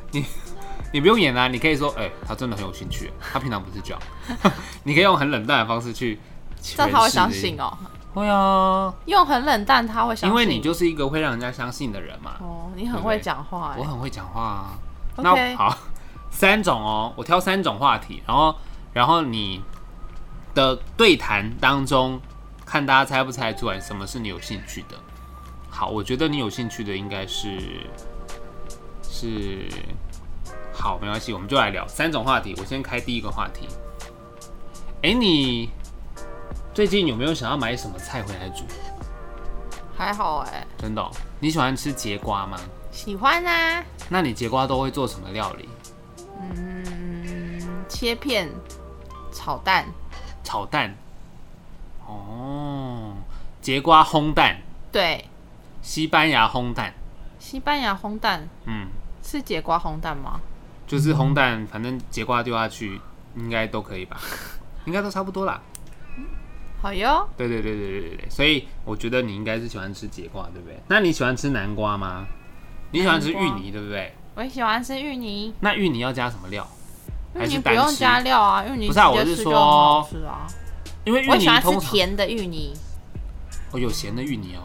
Speaker 2: 你不用演啊，你可以说，哎、他真的很有兴趣，啊他平常不是这样。 你可以用很冷淡的方式去。
Speaker 1: 这样他会相信
Speaker 2: 哦。
Speaker 1: 哦，
Speaker 2: 会啊。
Speaker 1: 用很冷淡他会相信。
Speaker 2: 因为你就是一个会让人家相信的人嘛。
Speaker 1: 哦，你很
Speaker 2: 对
Speaker 1: 会
Speaker 2: 不对
Speaker 1: 讲话、哎
Speaker 2: 我很会讲话啊。
Speaker 1: OK
Speaker 2: 那好， 三种哦，我挑三种话题，然后然后你的对谈当中，看大家猜不猜出来什么是你有兴趣的。好，我觉得你有兴趣的应该是是好，没关系，我们就来聊三种话题。我先开第一个话题。哎、你最近有没有想要买什么菜回来煮？
Speaker 1: 还好哎、
Speaker 2: 真的哦、你喜欢吃节瓜吗？
Speaker 1: 喜欢啊，
Speaker 2: 那你节瓜都会做什么料理？
Speaker 1: 嗯，切片炒蛋，
Speaker 2: 炒蛋。哦，节瓜烘蛋，
Speaker 1: 对，
Speaker 2: 西班牙烘蛋，
Speaker 1: 西班牙烘蛋
Speaker 2: 嗯，
Speaker 1: 是节瓜烘蛋吗？
Speaker 2: 就是烘蛋，反正节瓜丢下去应该都可以吧， 应该都差不多啦。
Speaker 1: 好哟，
Speaker 2: 对对对对对对对，所以我觉得你应该是喜欢吃节瓜，对不对？那你喜欢吃南瓜吗？你喜欢吃芋
Speaker 1: 南
Speaker 2: 泥，对不对？
Speaker 1: 我也喜欢吃芋泥，
Speaker 2: 那芋泥要加什么料？
Speaker 1: 芋
Speaker 2: 还
Speaker 1: 泥
Speaker 2: 是
Speaker 1: 不
Speaker 2: 单
Speaker 1: 用
Speaker 2: 吃
Speaker 1: 加料啊，芋泥直
Speaker 2: 不是啊
Speaker 1: 接
Speaker 2: 我是
Speaker 1: 吃就
Speaker 2: 说
Speaker 1: 很好吃啊。
Speaker 2: 因为芋
Speaker 1: 我
Speaker 2: 泥
Speaker 1: 喜欢
Speaker 2: 通
Speaker 1: 吃
Speaker 2: 常
Speaker 1: 甜的芋泥，
Speaker 2: 哦有咸的 芋泥哦，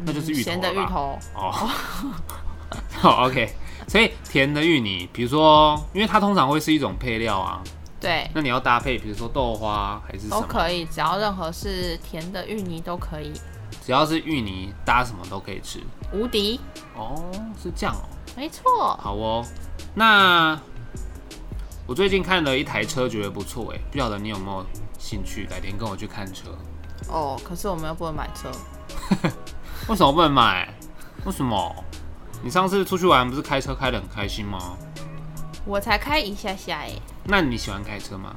Speaker 2: 那就是芋头
Speaker 1: 嗯咸的
Speaker 2: 了吧
Speaker 1: 芋头，
Speaker 2: 哦， 好，OK。所以甜的芋泥，比如说，因为它通常会是一种配料啊，
Speaker 1: 对，
Speaker 2: 那你要搭配，比如说豆花还是什
Speaker 1: 都
Speaker 2: 么，
Speaker 1: 可以，只要任何是甜的芋泥都可以。
Speaker 2: 只要是芋泥搭什么都可以吃。
Speaker 1: 无敌，
Speaker 2: 哦，是这样哦，
Speaker 1: 没错，
Speaker 2: 好哦。那我最近看了一台车，觉得不错哎，不晓得你有没有兴趣，改天跟我去看车。
Speaker 1: 哦，可是我们又不能买车，
Speaker 2: 为什么不能买？为什么？你上次出去玩不是开车开得很开心吗？
Speaker 1: 我才开一下下哎、
Speaker 2: 那你喜欢开车 吗？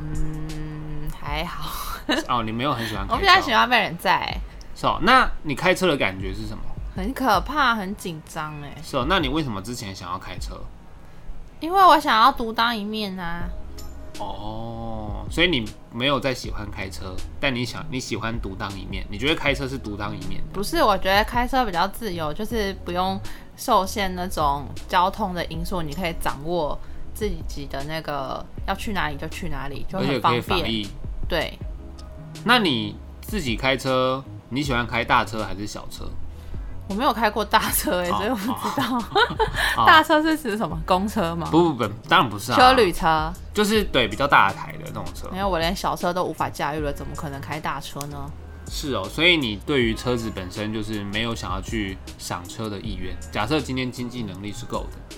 Speaker 1: 嗯，还好，
Speaker 2: 哦，你没有很喜欢开车哦。
Speaker 1: 我比较喜欢被人载、
Speaker 2: 是哦，那你开车的感觉是什么？
Speaker 1: 很可怕，很紧张哎，
Speaker 2: 是哦，那你为什么之前想要开车？
Speaker 1: 因为我想要独当一面啊。
Speaker 2: 哦，所以你没有在喜欢开车，但你想你喜欢独当一面，你觉得开车是独当一面的？
Speaker 1: 不是，我觉得开车比较自由，就是不用受限那种交通的因素，你可以掌握自己的那个要去哪里就去哪里，就
Speaker 2: 而且
Speaker 1: 很
Speaker 2: 可以
Speaker 1: 方
Speaker 2: 防
Speaker 1: 便。
Speaker 2: 疫。
Speaker 1: 对，
Speaker 2: 那你自己开车，你喜欢开大车还是小车？
Speaker 1: 我没有开过大车、欸，
Speaker 2: 哦
Speaker 1: 所以我不知道、
Speaker 2: 哦
Speaker 1: 大车是指什么，公车吗？
Speaker 2: 不不不，当然不是啊，
Speaker 1: 车旅嗯车，
Speaker 2: 就是对比较大台的那种车
Speaker 1: 没。有，我连小车都无法驾驭了，怎么可能开大车呢？
Speaker 2: 是哦，所以你对于车子本身就是没有想要去赏车的意愿。假设今天经济能力是够的，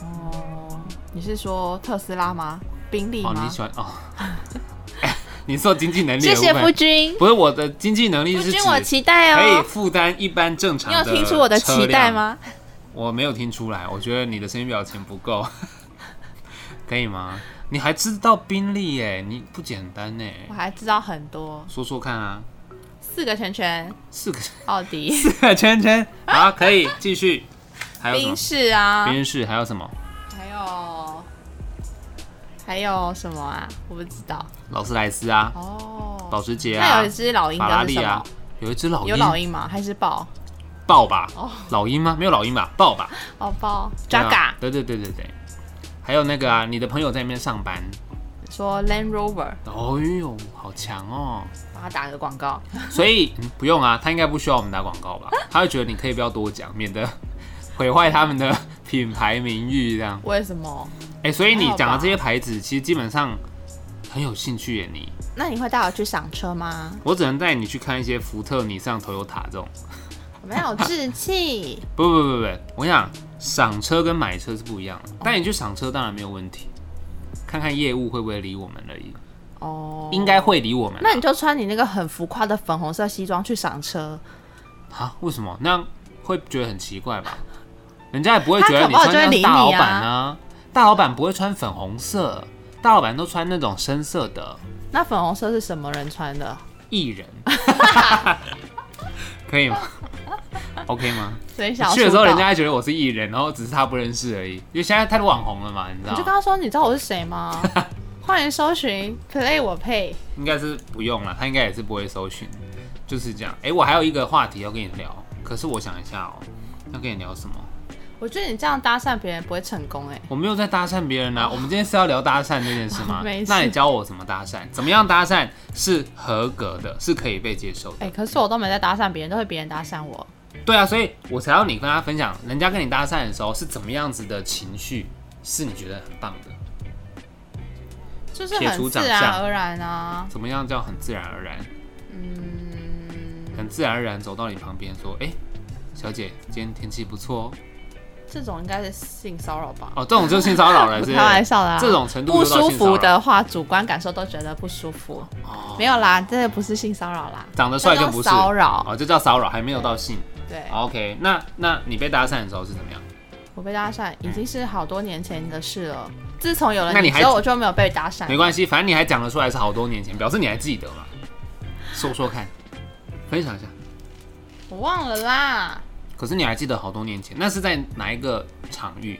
Speaker 1: 哦，你是说特斯拉吗？宾利
Speaker 2: 哦，你
Speaker 1: 吗？
Speaker 2: 喜欢哦， 哎你说经济能力的
Speaker 1: 谢谢
Speaker 2: 部
Speaker 1: 夫
Speaker 2: 分，
Speaker 1: 君，
Speaker 2: 不是啊我的经济能力
Speaker 1: 夫
Speaker 2: 是指
Speaker 1: 君，我期待
Speaker 2: 可以
Speaker 1: 哦。
Speaker 2: 负担一般正常
Speaker 1: 你
Speaker 2: 的
Speaker 1: 有听出我的期
Speaker 2: 车
Speaker 1: 待
Speaker 2: 辆？
Speaker 1: 吗？
Speaker 2: 我没有听出来，我觉得你的声音表情不够， 可以吗？你还知道宾利耶，你不简单呢，
Speaker 1: 我还知道很多，
Speaker 2: 说说看啊，
Speaker 1: 四个圈圈，
Speaker 2: 四个
Speaker 1: 奥迪、
Speaker 2: 四个圈圈，好，可以继续，还有什
Speaker 1: 宾
Speaker 2: 么？
Speaker 1: 士啊，
Speaker 2: 宾士还有什么？
Speaker 1: 还有还有什么啊？我不知道
Speaker 2: 劳斯莱斯啊，
Speaker 1: 哦。
Speaker 2: 保时捷
Speaker 1: 那
Speaker 2: 啊
Speaker 1: 有一，只老鹰
Speaker 2: 法拉
Speaker 1: 的是
Speaker 2: 利
Speaker 1: 什
Speaker 2: 啊
Speaker 1: 么？，
Speaker 2: 有一只老
Speaker 1: 有老
Speaker 2: 鹰，
Speaker 1: 鹰吗？还是豹？
Speaker 2: 豹吧
Speaker 1: 哦？
Speaker 2: 老鹰吗？没有老鹰吧？豹吧？
Speaker 1: 哦，豹
Speaker 2: 对啊
Speaker 1: Jaga
Speaker 2: 对对对对对，还有那个啊，你的朋友在那边上班，
Speaker 1: 说 Land Rover，
Speaker 2: 哦呦，好强哦！
Speaker 1: 帮他打个广告。
Speaker 2: 所以、嗯不用啊，他应该不需要我们打广告吧？他会觉得你可以不要多讲，免得毁坏他们的品牌名誉这样。
Speaker 1: 为什么？
Speaker 2: 哎、所以你
Speaker 1: 还好吧
Speaker 2: 讲的这些牌子，其实基本上很有兴趣耶。你，
Speaker 1: 那你会带我去赏车吗？
Speaker 2: 我只能带你去看一些福特、尼桑、Toyota 这种。
Speaker 1: 我们要有志气。
Speaker 2: 不不不不不，我想赏车跟买车是不一样的。带你去赏车当然没有问题，看看业务会不会理我们而已，
Speaker 1: 哦，
Speaker 2: 应该。会理我们啊。
Speaker 1: 那你就穿你那个很浮夸的粉红色西装去赏车，
Speaker 2: 啊？为什么？那样会觉得很奇怪吧？人家也不会
Speaker 1: 他
Speaker 2: 觉得
Speaker 1: 搞
Speaker 2: 你
Speaker 1: 不好
Speaker 2: 穿
Speaker 1: 就会理
Speaker 2: 像
Speaker 1: 你
Speaker 2: 大老板
Speaker 1: 啊
Speaker 2: 啊，大老板不会穿粉红色，大老板都穿那种深色的
Speaker 1: 那粉红色是什么人穿的？
Speaker 2: 艺人， 可以吗？OK 吗？
Speaker 1: 所以想要
Speaker 2: 去的时候
Speaker 1: 出道
Speaker 2: 人家还觉得我是艺人，然后只是他不认识而已，因为现在太多网红了嘛，你知
Speaker 1: 你就
Speaker 2: 道
Speaker 1: 跟他
Speaker 2: 吗？
Speaker 1: 说，你知道我是谁吗？ 欢迎搜寻 play 我配。
Speaker 2: 应该是不用了，他应该也是不会搜寻，就是这样。哎、我还有一个话题要跟你聊，可是我想一下哦、要跟你聊什么？
Speaker 1: 我觉得你这样搭讪别人不会成功哎、？
Speaker 2: 我没有在搭讪别人啊，我们今天是要聊搭讪这件事吗
Speaker 1: 哦 没事
Speaker 2: 那你教我怎么搭讪？怎么样搭讪是合格的，是可以被接受的？
Speaker 1: 哎、可是我都没在搭讪别人，都是别人搭讪我。
Speaker 2: 对啊，所以我才要你跟他分享，人家跟你搭讪的时候是怎么样子的情绪，是你觉得很棒的，
Speaker 1: 就是
Speaker 2: 撇除
Speaker 1: 很
Speaker 2: 长
Speaker 1: 自
Speaker 2: 相
Speaker 1: 然而然啊，
Speaker 2: 怎么样叫很自然而然，
Speaker 1: 嗯，
Speaker 2: 很自然而然走到你旁边说，哎、小姐，今天天气不错哦。
Speaker 1: 这种应该是性骚扰吧？
Speaker 2: 哦，这种就是性骚扰了，是不是
Speaker 1: 开玩笑的啊，
Speaker 2: 这种程度
Speaker 1: 不
Speaker 2: 就到
Speaker 1: 舒
Speaker 2: 性骚
Speaker 1: 服
Speaker 2: 扰
Speaker 1: 的话，主观感受都觉得不舒服。
Speaker 2: 哦
Speaker 1: 没有啦，这个不是性骚扰啦，
Speaker 2: 长得帅就不是
Speaker 1: 这叫骚扰。
Speaker 2: 哦，就叫骚扰，还没有到性。
Speaker 1: 对，
Speaker 2: OK，那那你被搭讪的时候是怎么样？
Speaker 1: 我被搭讪已经是好多年前的事了。自从有了
Speaker 2: 那你
Speaker 1: 你
Speaker 2: 还
Speaker 1: 之后，我就没有被搭讪
Speaker 2: 没。关系，反正你还讲得出来是好多年前，表示你还记得嘛。说说看，分享一下。
Speaker 1: 我忘了啦，
Speaker 2: 可是你还记得好多年前，那是在哪一个场域？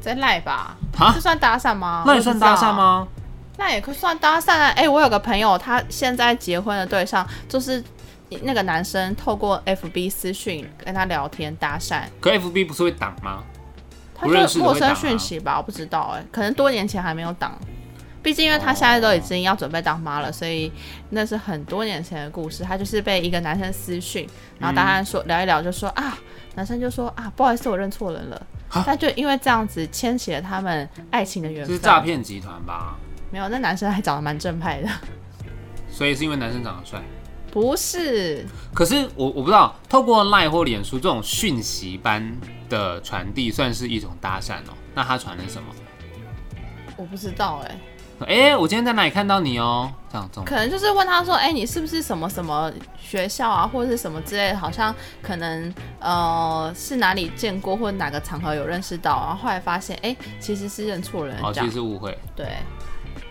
Speaker 1: 在赖吧？
Speaker 2: 哈
Speaker 1: 这算搭讪吗？
Speaker 2: 啊那你算搭讪？吗？
Speaker 1: 那也可以算搭讪啊！哎、我有个朋友，他现在结婚的对象就是那个男生，透过 FB 私讯跟他聊天搭讪，
Speaker 2: 可 FB 不是会挡吗？
Speaker 1: 他
Speaker 2: 不认识
Speaker 1: 就
Speaker 2: 的
Speaker 1: 陌
Speaker 2: 会挡
Speaker 1: 生
Speaker 2: 啊
Speaker 1: 讯息吧，我不知道哎、可能多年前还没有挡。毕竟，因为他现在都已经要准备当妈了，所以那是很多年前的故事。他就是被一个男生私讯，然后答案说、聊一聊，就说啊，男生就说啊，不好意思，我认错人了。但就因为这样子牵起了他们爱情的缘
Speaker 2: 这是啊
Speaker 1: 分。
Speaker 2: 诈骗集团吧？
Speaker 1: 没有，那男生还长得蛮正派的。
Speaker 2: 所以是因为男生长得帅。
Speaker 1: 不是，
Speaker 2: 可是我我不知道，透过 LINE 或脸书这种讯息般的传递，算是一种搭讪哦。那他传了什么？
Speaker 1: 我不知道哎、
Speaker 2: 哎、我今天在哪里看到你哦？这样这种
Speaker 1: 可能就是问他说，哎、你是不是什么什么学校啊，或者是什么之类的，好像可能呃是哪里见过，或者哪个场合有认识到，然后后来发现，哎、其实是认错人
Speaker 2: 哦，
Speaker 1: 这
Speaker 2: 其实
Speaker 1: 样，
Speaker 2: 是误会。
Speaker 1: 对，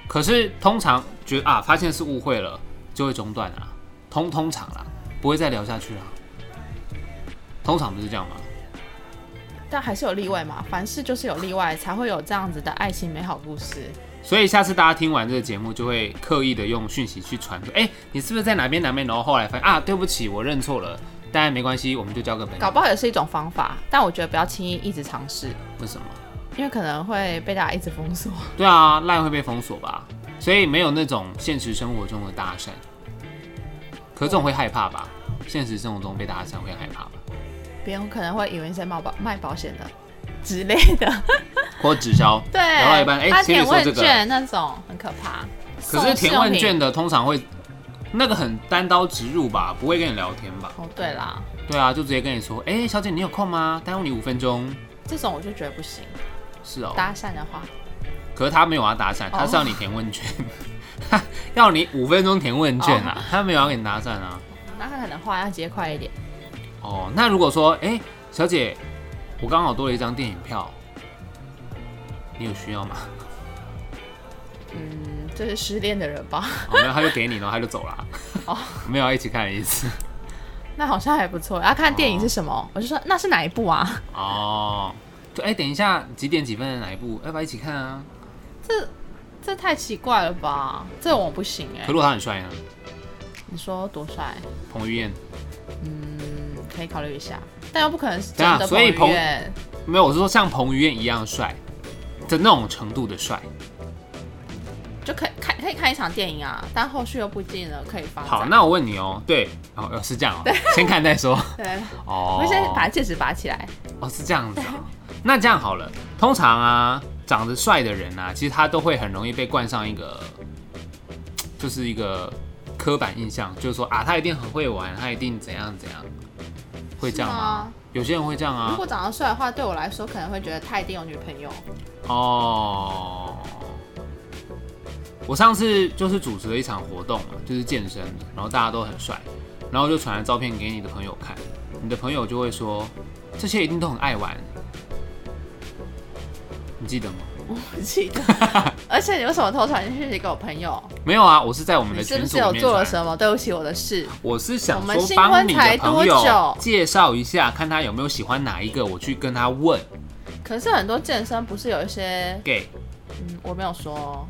Speaker 2: 可是通常觉得啊，发现是误会了，就会中断了啦，通通常啦，不会再聊下去了。通常不是这样吗？
Speaker 1: 但还是有例外嘛，凡事就是有例外，才会有这样子的爱情美好故事。
Speaker 2: 所以下次大家听完这个节目，就会刻意的用讯息去传说，哎、你是不是在哪边哪边？然后后来发现啊，对不起，我认错了，但没关系，我们就交个朋
Speaker 1: 搞
Speaker 2: 友。
Speaker 1: 不好也是一种方法，但我觉得不要轻易一直尝试，
Speaker 2: 为什么？
Speaker 1: 因为可能会被大家一直封锁。
Speaker 2: 对啊，赖会被封锁吧？所以没有那种现实生活中的搭讪，可这种会害怕吧？现实生活中被搭讪会害怕吧？
Speaker 1: 别人可能会以为你在卖保卖保险的之类的，
Speaker 2: 或直销，
Speaker 1: 对，
Speaker 2: 聊到一半，哎、
Speaker 1: 他
Speaker 2: 先
Speaker 1: 填
Speaker 2: 你说
Speaker 1: 问
Speaker 2: 这个，
Speaker 1: 卷那种很可怕。
Speaker 2: 可是填
Speaker 1: 送
Speaker 2: 问
Speaker 1: 试用
Speaker 2: 卷
Speaker 1: 品
Speaker 2: 的通常会那个很单刀直入吧，不会跟你聊天吧？
Speaker 1: 哦，对啦，
Speaker 2: 对啊，就直接跟你说，哎、小姐你有空吗？耽误你五分钟。
Speaker 1: 这种我就觉得不行。
Speaker 2: 是哦，
Speaker 1: 搭讪的话，
Speaker 2: 可是他没有要搭
Speaker 1: 哦
Speaker 2: 讪，他是要你填问卷， 要你五分钟填问卷
Speaker 1: 哦
Speaker 2: 啊，他没有要给你搭讪啊。
Speaker 1: 那他可能话要接快一点。
Speaker 2: 哦，那如果说，哎、小姐，我刚好多了一张电影票，你有需要吗？
Speaker 1: 嗯，这是失恋的人吧？
Speaker 2: 哦，没有，他就给你，然后他就走了。
Speaker 1: 哦，
Speaker 2: 没有要一起看的意思。
Speaker 1: 那好像还不错。要看电影是什么，我就说那是哪一部啊？
Speaker 2: 哦，就哎、等一下，几点几分的哪一部？要不要一起看啊？
Speaker 1: 这这太奇怪了吧？这我不行哎、
Speaker 2: 可如果他很帅呢？
Speaker 1: 你说多帅？
Speaker 2: 彭于晏
Speaker 1: 嗯，可以考虑一下，但又不可能是
Speaker 2: 对啊
Speaker 1: 真的
Speaker 2: 所以
Speaker 1: 彭
Speaker 2: 彭
Speaker 1: 于晏。
Speaker 2: 没有，我是说像彭于晏一样帅的那种程度的帅。
Speaker 1: 就可以看可以看一场电影啊，但后续又不一定了可以发展。
Speaker 2: 好，那我问你哦，对，哦呃是这样哦，先看 再说。
Speaker 1: 对，我，
Speaker 2: 哦
Speaker 1: 们先把戒指拔起来。
Speaker 2: 哦是这样子、哦。那这样好了，通常啊，长得帅的人啊，其实他都会很容易被冠上一个，就是一个刻板印象，就是说啊，他一定很会玩，他一定怎样怎样，会这样吗？
Speaker 1: 是吗
Speaker 2: 有些人会这样
Speaker 1: 如
Speaker 2: 啊。
Speaker 1: 果长得帅的话，对我来说可能会觉得他一定有女朋友。
Speaker 2: 哦，我上次就是主持了一场活动嘛，就是健身的，然后大家都很帅，然后就传了照片给你的朋友看，你的朋友就会说，这些一定都很爱玩，你记得吗？
Speaker 1: 我不记 得，而且你为什么偷传讯息给我朋友？
Speaker 2: 没有啊，我是在我们
Speaker 1: 你
Speaker 2: 的
Speaker 1: 是
Speaker 2: 群
Speaker 1: 不
Speaker 2: 组
Speaker 1: 是
Speaker 2: 里
Speaker 1: 有
Speaker 2: 面
Speaker 1: 做了
Speaker 2: 传
Speaker 1: 什么对不起我的事？
Speaker 2: 我是想
Speaker 1: 我们
Speaker 2: 说
Speaker 1: 新
Speaker 2: 帮
Speaker 1: 婚
Speaker 2: 你
Speaker 1: 才
Speaker 2: 的
Speaker 1: 多
Speaker 2: 朋友
Speaker 1: 久
Speaker 2: 介绍一下，看他有没有喜欢哪一个，我去跟他问。
Speaker 1: 可是很多健身不是有一些，
Speaker 2: gay，
Speaker 1: 嗯，我没有说哦，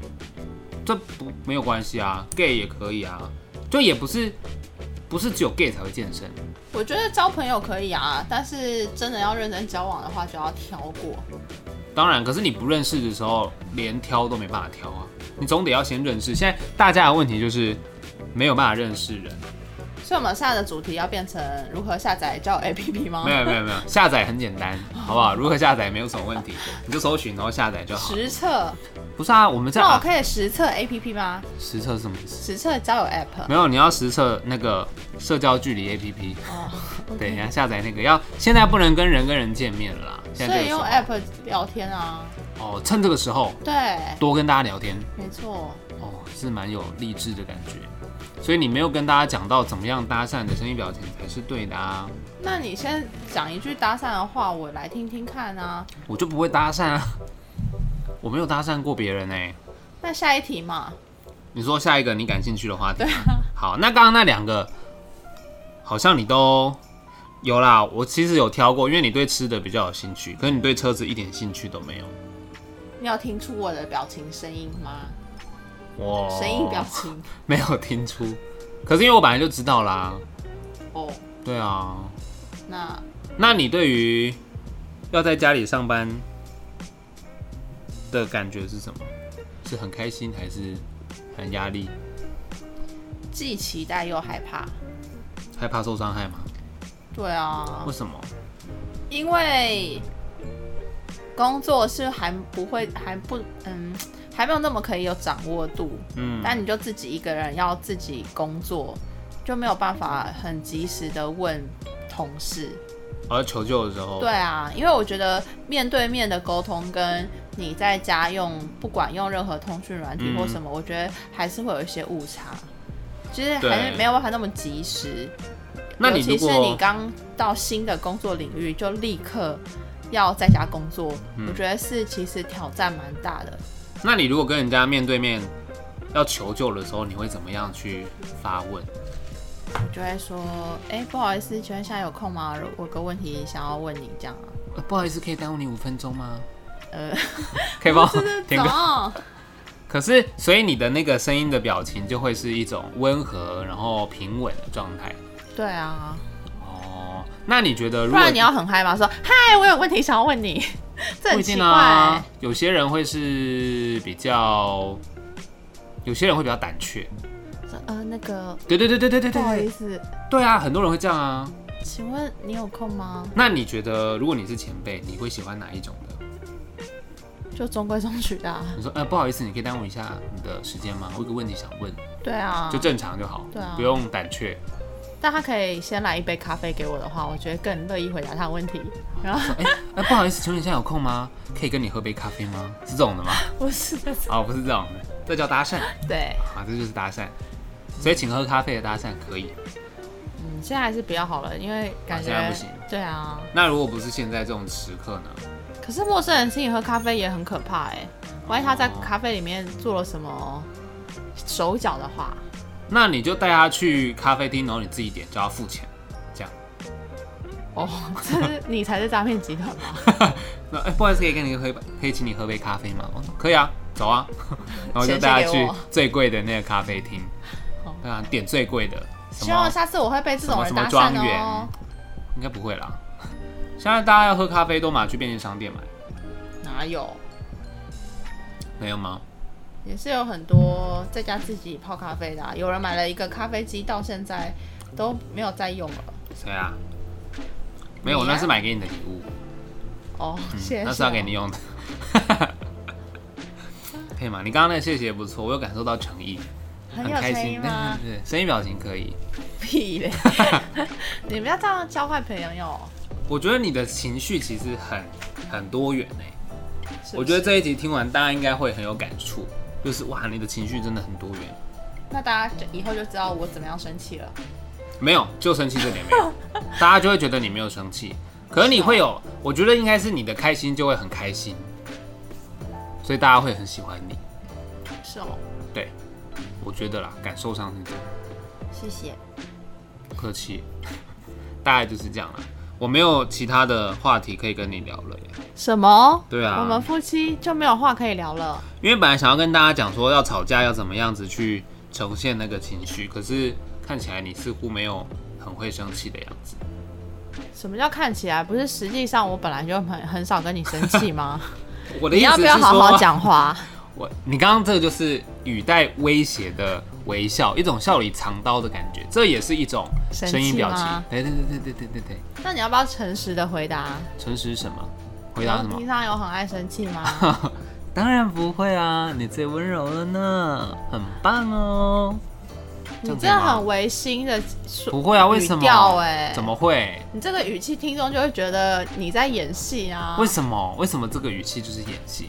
Speaker 2: 这不没有关系啊，gay 也可以啊，就也不是不是只有 gay 才会健身。
Speaker 1: 我觉得交朋友可以啊，但是真的要认真交往的话，就要挑过。
Speaker 2: 当然，可是你不认识的时候，连挑都没办法挑啊，你总得要先认识。现在大家的问题就是没有办法认识人，
Speaker 1: 所以我们现在的主题要变成如何下载交友 APP 吗？
Speaker 2: 没有没有没有，下载很简单，好不好？如何下载没有什么问题，你就搜寻然后下载就好。
Speaker 1: 实测，
Speaker 2: 不是啊，我们在
Speaker 1: 那我
Speaker 2: 啊
Speaker 1: 可以实测 APP 吗？
Speaker 2: 实测是什么意思？
Speaker 1: 实测交友 App。
Speaker 2: 没有，你要实测那个社交距离 APP。
Speaker 1: 哦，
Speaker 2: 对，你要下载那个，要现在不能跟人跟人见面了啦。现
Speaker 1: 所
Speaker 2: 在这
Speaker 1: 以
Speaker 2: 个
Speaker 1: 用
Speaker 2: 时候
Speaker 1: App 聊天啊，
Speaker 2: 哦，趁这个时候
Speaker 1: 对，
Speaker 2: 多跟大家聊天
Speaker 1: 没错。
Speaker 2: 哦，是蛮有励志的感觉。所以你没有跟大家讲到怎么样搭讪你的声音表情才是对的啊，
Speaker 1: 那你先讲一句搭讪的话，我来听听看啊。
Speaker 2: 我就不会搭讪啊， 我没有搭讪过别人哎、
Speaker 1: 那下一题嘛，
Speaker 2: 你说下一个你感兴趣的话题，
Speaker 1: 啊
Speaker 2: 好，那刚刚那两个好像你都有啦，我其实有挑过，因为你对吃的比较有兴趣，可是你对车子一点兴趣都没有。
Speaker 1: 你有听出我的表情声音吗？
Speaker 2: 我
Speaker 1: 声音表情
Speaker 2: 没有听出，可是因为我本来就知道啦。
Speaker 1: 哦。
Speaker 2: 对啊，
Speaker 1: 那
Speaker 2: 那你对于要在家里上班的感觉是什么？是很开心还是很压力？
Speaker 1: 既期待又害怕。
Speaker 2: 害怕受伤害吗？
Speaker 1: 对啊
Speaker 2: 为，什么？
Speaker 1: 因为工作是还不会，还不嗯，还没有那么可以有掌握度。
Speaker 2: 嗯，
Speaker 1: 但你就自己一个人要自己工作，就没有办法很及时的问同事。
Speaker 2: 而求救的时候，
Speaker 1: 对，啊，因为我觉得面对面的沟通跟你在家用，不管用任何通讯软体
Speaker 2: 嗯
Speaker 1: 或什么，我觉得还是会有一些误差，就是
Speaker 2: 对
Speaker 1: 还是没有办法那么及时。
Speaker 2: 那你
Speaker 1: 尤其
Speaker 2: 如
Speaker 1: 是你
Speaker 2: 果
Speaker 1: 刚到新的工作领域，就立刻要在家工作，
Speaker 2: 嗯
Speaker 1: 我觉得是其实挑战蛮大的。
Speaker 2: 那你如果跟人家面对面要求救的时候，你会怎么样去发问？
Speaker 1: 就会说，哎、不好意思，请问现在有空吗？我有个问题想要问你，这样啊。
Speaker 2: 呃不好意思，可以耽误你五分钟吗？
Speaker 1: 呃，
Speaker 2: 可以帮
Speaker 1: 就
Speaker 2: 我
Speaker 1: 是
Speaker 2: 停个
Speaker 1: 走，
Speaker 2: 可是，所以你的那个声音的表情就会是一种温和，然后平稳的状态。
Speaker 1: 对啊，
Speaker 2: 哦，那你觉得如
Speaker 1: 不
Speaker 2: 果
Speaker 1: 然你要很嗨嘛，说嗨，我有问题想要问你， 这
Speaker 2: 不
Speaker 1: 很
Speaker 2: 一
Speaker 1: 奇
Speaker 2: 定
Speaker 1: 怪、
Speaker 2: 啊，有些人会是比较，有些人会比较胆怯。
Speaker 1: 说呃，那个
Speaker 2: 对对对对对对
Speaker 1: 不好意
Speaker 2: 对，
Speaker 1: 思，
Speaker 2: 对啊，很多人会这样啊。
Speaker 1: 请问你有空吗？
Speaker 2: 那你觉得，如果你是前辈，你会喜欢哪一种的？
Speaker 1: 就中规中矩的、 啊，
Speaker 2: 你说，呃，不好意思，你可以耽误一下你的时间吗？我有个问题想问，
Speaker 1: 对啊，
Speaker 2: 就正常就好，
Speaker 1: 对啊
Speaker 2: 不用胆怯。
Speaker 1: 但他可以先来一杯咖啡给我的话，我觉得更乐意回答他的问题。然后
Speaker 2: 哎、哎，不好意思，请问你现在有空吗？可以跟你喝杯咖啡吗？是这种的吗？
Speaker 1: 不是 这种，
Speaker 2: 哦，不是这种的，这叫搭讪
Speaker 1: 对，
Speaker 2: 啊，这就是搭讪。所以请喝咖啡的搭讪可以。
Speaker 1: 嗯，现在还是比较好了，因为感觉、
Speaker 2: 啊现在不行
Speaker 1: 对啊，
Speaker 2: 那如果不是现在这种时刻呢？
Speaker 1: 可是陌生人请你喝咖啡也很可怕哎、万一他在
Speaker 2: 哦
Speaker 1: 咖啡里面做了什么手脚的话，
Speaker 2: 那你就带他去咖啡厅，然后你自己点，叫他付钱，这样。
Speaker 1: 哦， 这是你才是诈骗集团吧？
Speaker 2: 那哎、不好意思，可以跟你喝一杯，可以请你喝杯咖啡吗？我说可以啊，走啊。 然后就带他
Speaker 1: 钱先
Speaker 2: 去
Speaker 1: 给我
Speaker 2: 最贵的那个咖啡厅
Speaker 1: 好，
Speaker 2: 对啊，点最贵的，什
Speaker 1: 希望
Speaker 2: 么
Speaker 1: 下次我会被这
Speaker 2: 什
Speaker 1: 种
Speaker 2: 么什
Speaker 1: 人
Speaker 2: 么
Speaker 1: 搭
Speaker 2: 庄
Speaker 1: 讪
Speaker 2: 园
Speaker 1: 哦。，
Speaker 2: 应该不会啦。现在大家要喝咖啡都嘛去便利商店买，
Speaker 1: 哪有？
Speaker 2: 没有吗？
Speaker 1: 也是有很多在家自己泡咖啡的、啊，有人买了一个咖啡机，到现在都没有再用了。
Speaker 2: 谁啊？没有，
Speaker 1: 你啊
Speaker 2: 那是买给你的礼物，
Speaker 1: 哦，谢谢。
Speaker 2: 嗯那是要给你用的。 可以吗？你刚刚那个谢谢不错，我有感受到诚意，
Speaker 1: 很
Speaker 2: 很
Speaker 1: 有
Speaker 2: 开
Speaker 1: 诚意
Speaker 2: 心。
Speaker 1: 吗？
Speaker 2: 对对对，声音表情可以。
Speaker 1: 屁 嘞！你不要这样教坏朋友。
Speaker 2: 我觉得你的情绪其实很很多元诶、
Speaker 1: 是不
Speaker 2: 我觉得
Speaker 1: 是
Speaker 2: 这一集听完，大家应该会很有感触，就是哇，你的情绪真的很多元。
Speaker 1: 那大家就以后就知道我怎么样生气了。
Speaker 2: 没有，就生气这 点没有，大家就会觉得你没有生气，可是你会有，我觉得应该是你的开心就会很开心，所以大家会很喜欢你。
Speaker 1: 是哦，
Speaker 2: 对，我觉得啦，感受上是这样，
Speaker 1: 谢谢。
Speaker 2: 不客气，大概就是这样啦。我没有其他的话题可以跟你聊了耶，
Speaker 1: 什么？
Speaker 2: 对啊
Speaker 1: 我们夫妻就没有话可以聊了。
Speaker 2: 因为本来想要跟大家讲说要吵架要怎么样子去呈现那个情绪，可是看起来你似乎没有很会生气的样子。
Speaker 1: 什么叫看起来？不是实际上我本来就很很少跟你生气吗？
Speaker 2: 我的
Speaker 1: 你
Speaker 2: 意思
Speaker 1: 要
Speaker 2: 是
Speaker 1: 不
Speaker 2: 说，
Speaker 1: 要好好讲话？
Speaker 2: 我你刚刚这个就是语带威胁的微笑，一种笑里藏刀的感觉，这也是一种
Speaker 1: 生
Speaker 2: 声音
Speaker 1: 气
Speaker 2: 表情
Speaker 1: 吗。
Speaker 2: 对对对对对对对对，
Speaker 1: 那你要不要诚实的回答？
Speaker 2: 诚实什么？回答什么
Speaker 1: 平？常有很爱生气吗？
Speaker 2: 当然不会啊，你最温柔了呢，很棒哦。
Speaker 1: 你
Speaker 2: 这样可以
Speaker 1: 真的
Speaker 2: 吗
Speaker 1: 很违心的说，
Speaker 2: 不会啊？为什
Speaker 1: 语调
Speaker 2: 么？
Speaker 1: 哎
Speaker 2: 怎么会？
Speaker 1: 你这个语气，听众就会觉得你在演戏啊。
Speaker 2: 为什么？为什么这个语气就是演戏？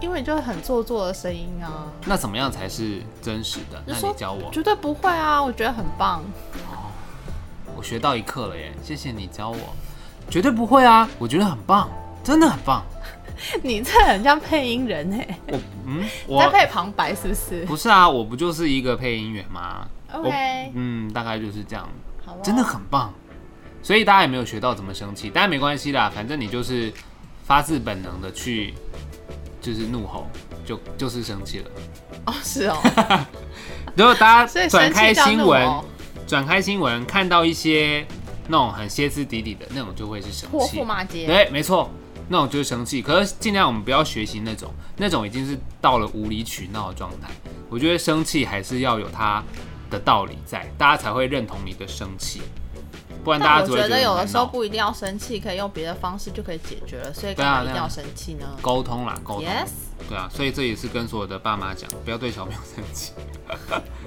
Speaker 1: 因为你就是很做作的声音啊。
Speaker 2: 那怎么样才是真实的？
Speaker 1: 就
Speaker 2: 那
Speaker 1: 说
Speaker 2: 你教我，
Speaker 1: 绝对不会啊，我觉得很棒。
Speaker 2: 我学到一课了耶！谢谢你教我，绝对不会啊！我觉得很棒，真的很棒。
Speaker 1: 你这很像配音人哎、
Speaker 2: 我嗯，
Speaker 1: 你在
Speaker 2: 我
Speaker 1: 配旁白是不是？
Speaker 2: 不是啊，我不就是一个配音员吗
Speaker 1: OK
Speaker 2: 我嗯，大概就是这样，
Speaker 1: 好、哦，
Speaker 2: 真的很棒。所以大家也没有学到怎么生气，但没关系啦，反正你就是发自本能的去，就是怒吼，就就是生气了。
Speaker 1: 哦，是 哦，
Speaker 2: 如果大
Speaker 1: 所以
Speaker 2: 家转
Speaker 1: 生
Speaker 2: 开
Speaker 1: 气到
Speaker 2: 新
Speaker 1: 怒
Speaker 2: 闻，
Speaker 1: 哦，
Speaker 2: 转开新闻看到一些那种很歇斯底里的那种，就会是生
Speaker 1: 泼
Speaker 2: 气
Speaker 1: 妇。骂街，
Speaker 2: 对，啊没错，那种就是生气。可是尽量我们不要学习那种，那种已经是到了无理取闹的状态。我觉得生气还是要有它的道理在，大家才会认同你的生气，不然
Speaker 1: 但
Speaker 2: 大家
Speaker 1: 我
Speaker 2: 只
Speaker 1: 觉
Speaker 2: 会
Speaker 1: 得
Speaker 2: 你
Speaker 1: 有的
Speaker 2: 很
Speaker 1: 时候
Speaker 2: 闹
Speaker 1: 不一定要生气，可以用别的方式就可以解决了，所以
Speaker 2: 对
Speaker 1: 干
Speaker 2: 啊
Speaker 1: 嘛一定
Speaker 2: 对啊
Speaker 1: 要生气呢
Speaker 2: 沟通啦，沟通。
Speaker 1: ？Yes，
Speaker 2: 对啊，所以这也是跟所有的爸妈讲，不要对小朋友生 气。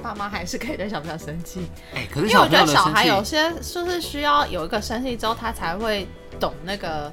Speaker 1: 爸妈还是可以对小朋友生气，
Speaker 2: 哎、可是
Speaker 1: 因为
Speaker 2: 小
Speaker 1: 我
Speaker 2: 朋
Speaker 1: 觉
Speaker 2: 友
Speaker 1: 得
Speaker 2: 的
Speaker 1: 小
Speaker 2: 生
Speaker 1: 孩有
Speaker 2: 气，
Speaker 1: 些就是需要有一个生气之后，他才会懂那个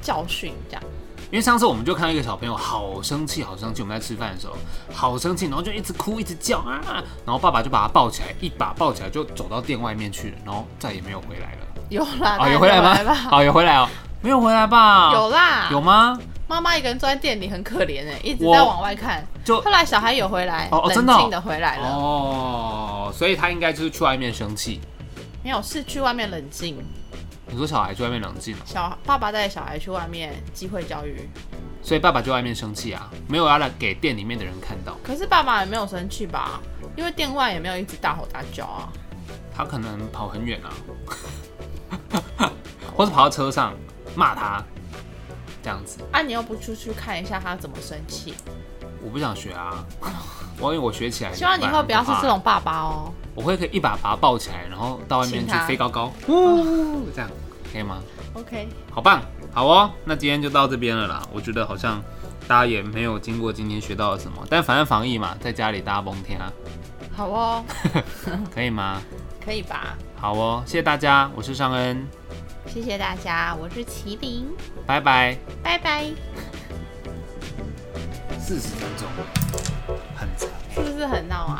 Speaker 1: 教训，这样。
Speaker 2: 因为上次我们就看到一个小朋友好生气，好生气，我们在吃饭的时候好生气，然后就一直哭，一直叫啊，然后爸爸就把他抱起来，一把抱起来就走到店外面去了，然后再也没有回来了。
Speaker 1: 有啦，当
Speaker 2: 哦，
Speaker 1: 然
Speaker 2: 有回来吗？
Speaker 1: 吧？
Speaker 2: 哦，有回来哦，没有回来吧？
Speaker 1: 有啦，
Speaker 2: 有吗？
Speaker 1: 妈妈一个人坐在店里很可怜哎、一直
Speaker 2: 我
Speaker 1: 在往外看。
Speaker 2: 就
Speaker 1: 后来小孩有回来，
Speaker 2: 哦哦真的
Speaker 1: 冷
Speaker 2: 哦
Speaker 1: 静的回来了，
Speaker 2: 哦，所以他应该就是去外面生气
Speaker 1: 没有是去外面冷静。
Speaker 2: 你说小孩去外面冷静哦，
Speaker 1: 小爸爸带小孩去外面机会教育，
Speaker 2: 所以爸爸就在外面生气啊，没有要来给店里面的人看到，
Speaker 1: 可是爸爸也没有生气吧？因为店外也没有一直大吼大叫啊。
Speaker 2: 他可能跑很远啊， 或是跑到车上骂他，这样子，
Speaker 1: 啊，你又不出去看一下他怎么生气？
Speaker 2: 我不想学 啊，万一我学起来，
Speaker 1: 希望你以后不要是这，种爸爸哦。
Speaker 2: 我会可以一把把他抱起来，然后到外面
Speaker 1: 亲
Speaker 2: 去
Speaker 1: 他
Speaker 2: 飞高高，
Speaker 1: 嗯
Speaker 2: 呜，这样可以吗？
Speaker 1: OK，
Speaker 2: 好棒，好哦，那今天就到这边了啦。我觉得好像大家也没有经过今天学到了什么，但反正防疫嘛，在家里大家甭听啊，
Speaker 1: 好哦，
Speaker 2: 可以吗？
Speaker 1: 可以吧？
Speaker 2: 好哦，谢谢大家，我是尚恩，
Speaker 1: 谢谢大家，我是麒麟，
Speaker 2: 拜拜。
Speaker 1: 拜拜。
Speaker 2: 四十分钟，很长。
Speaker 1: 是不是很闹啊？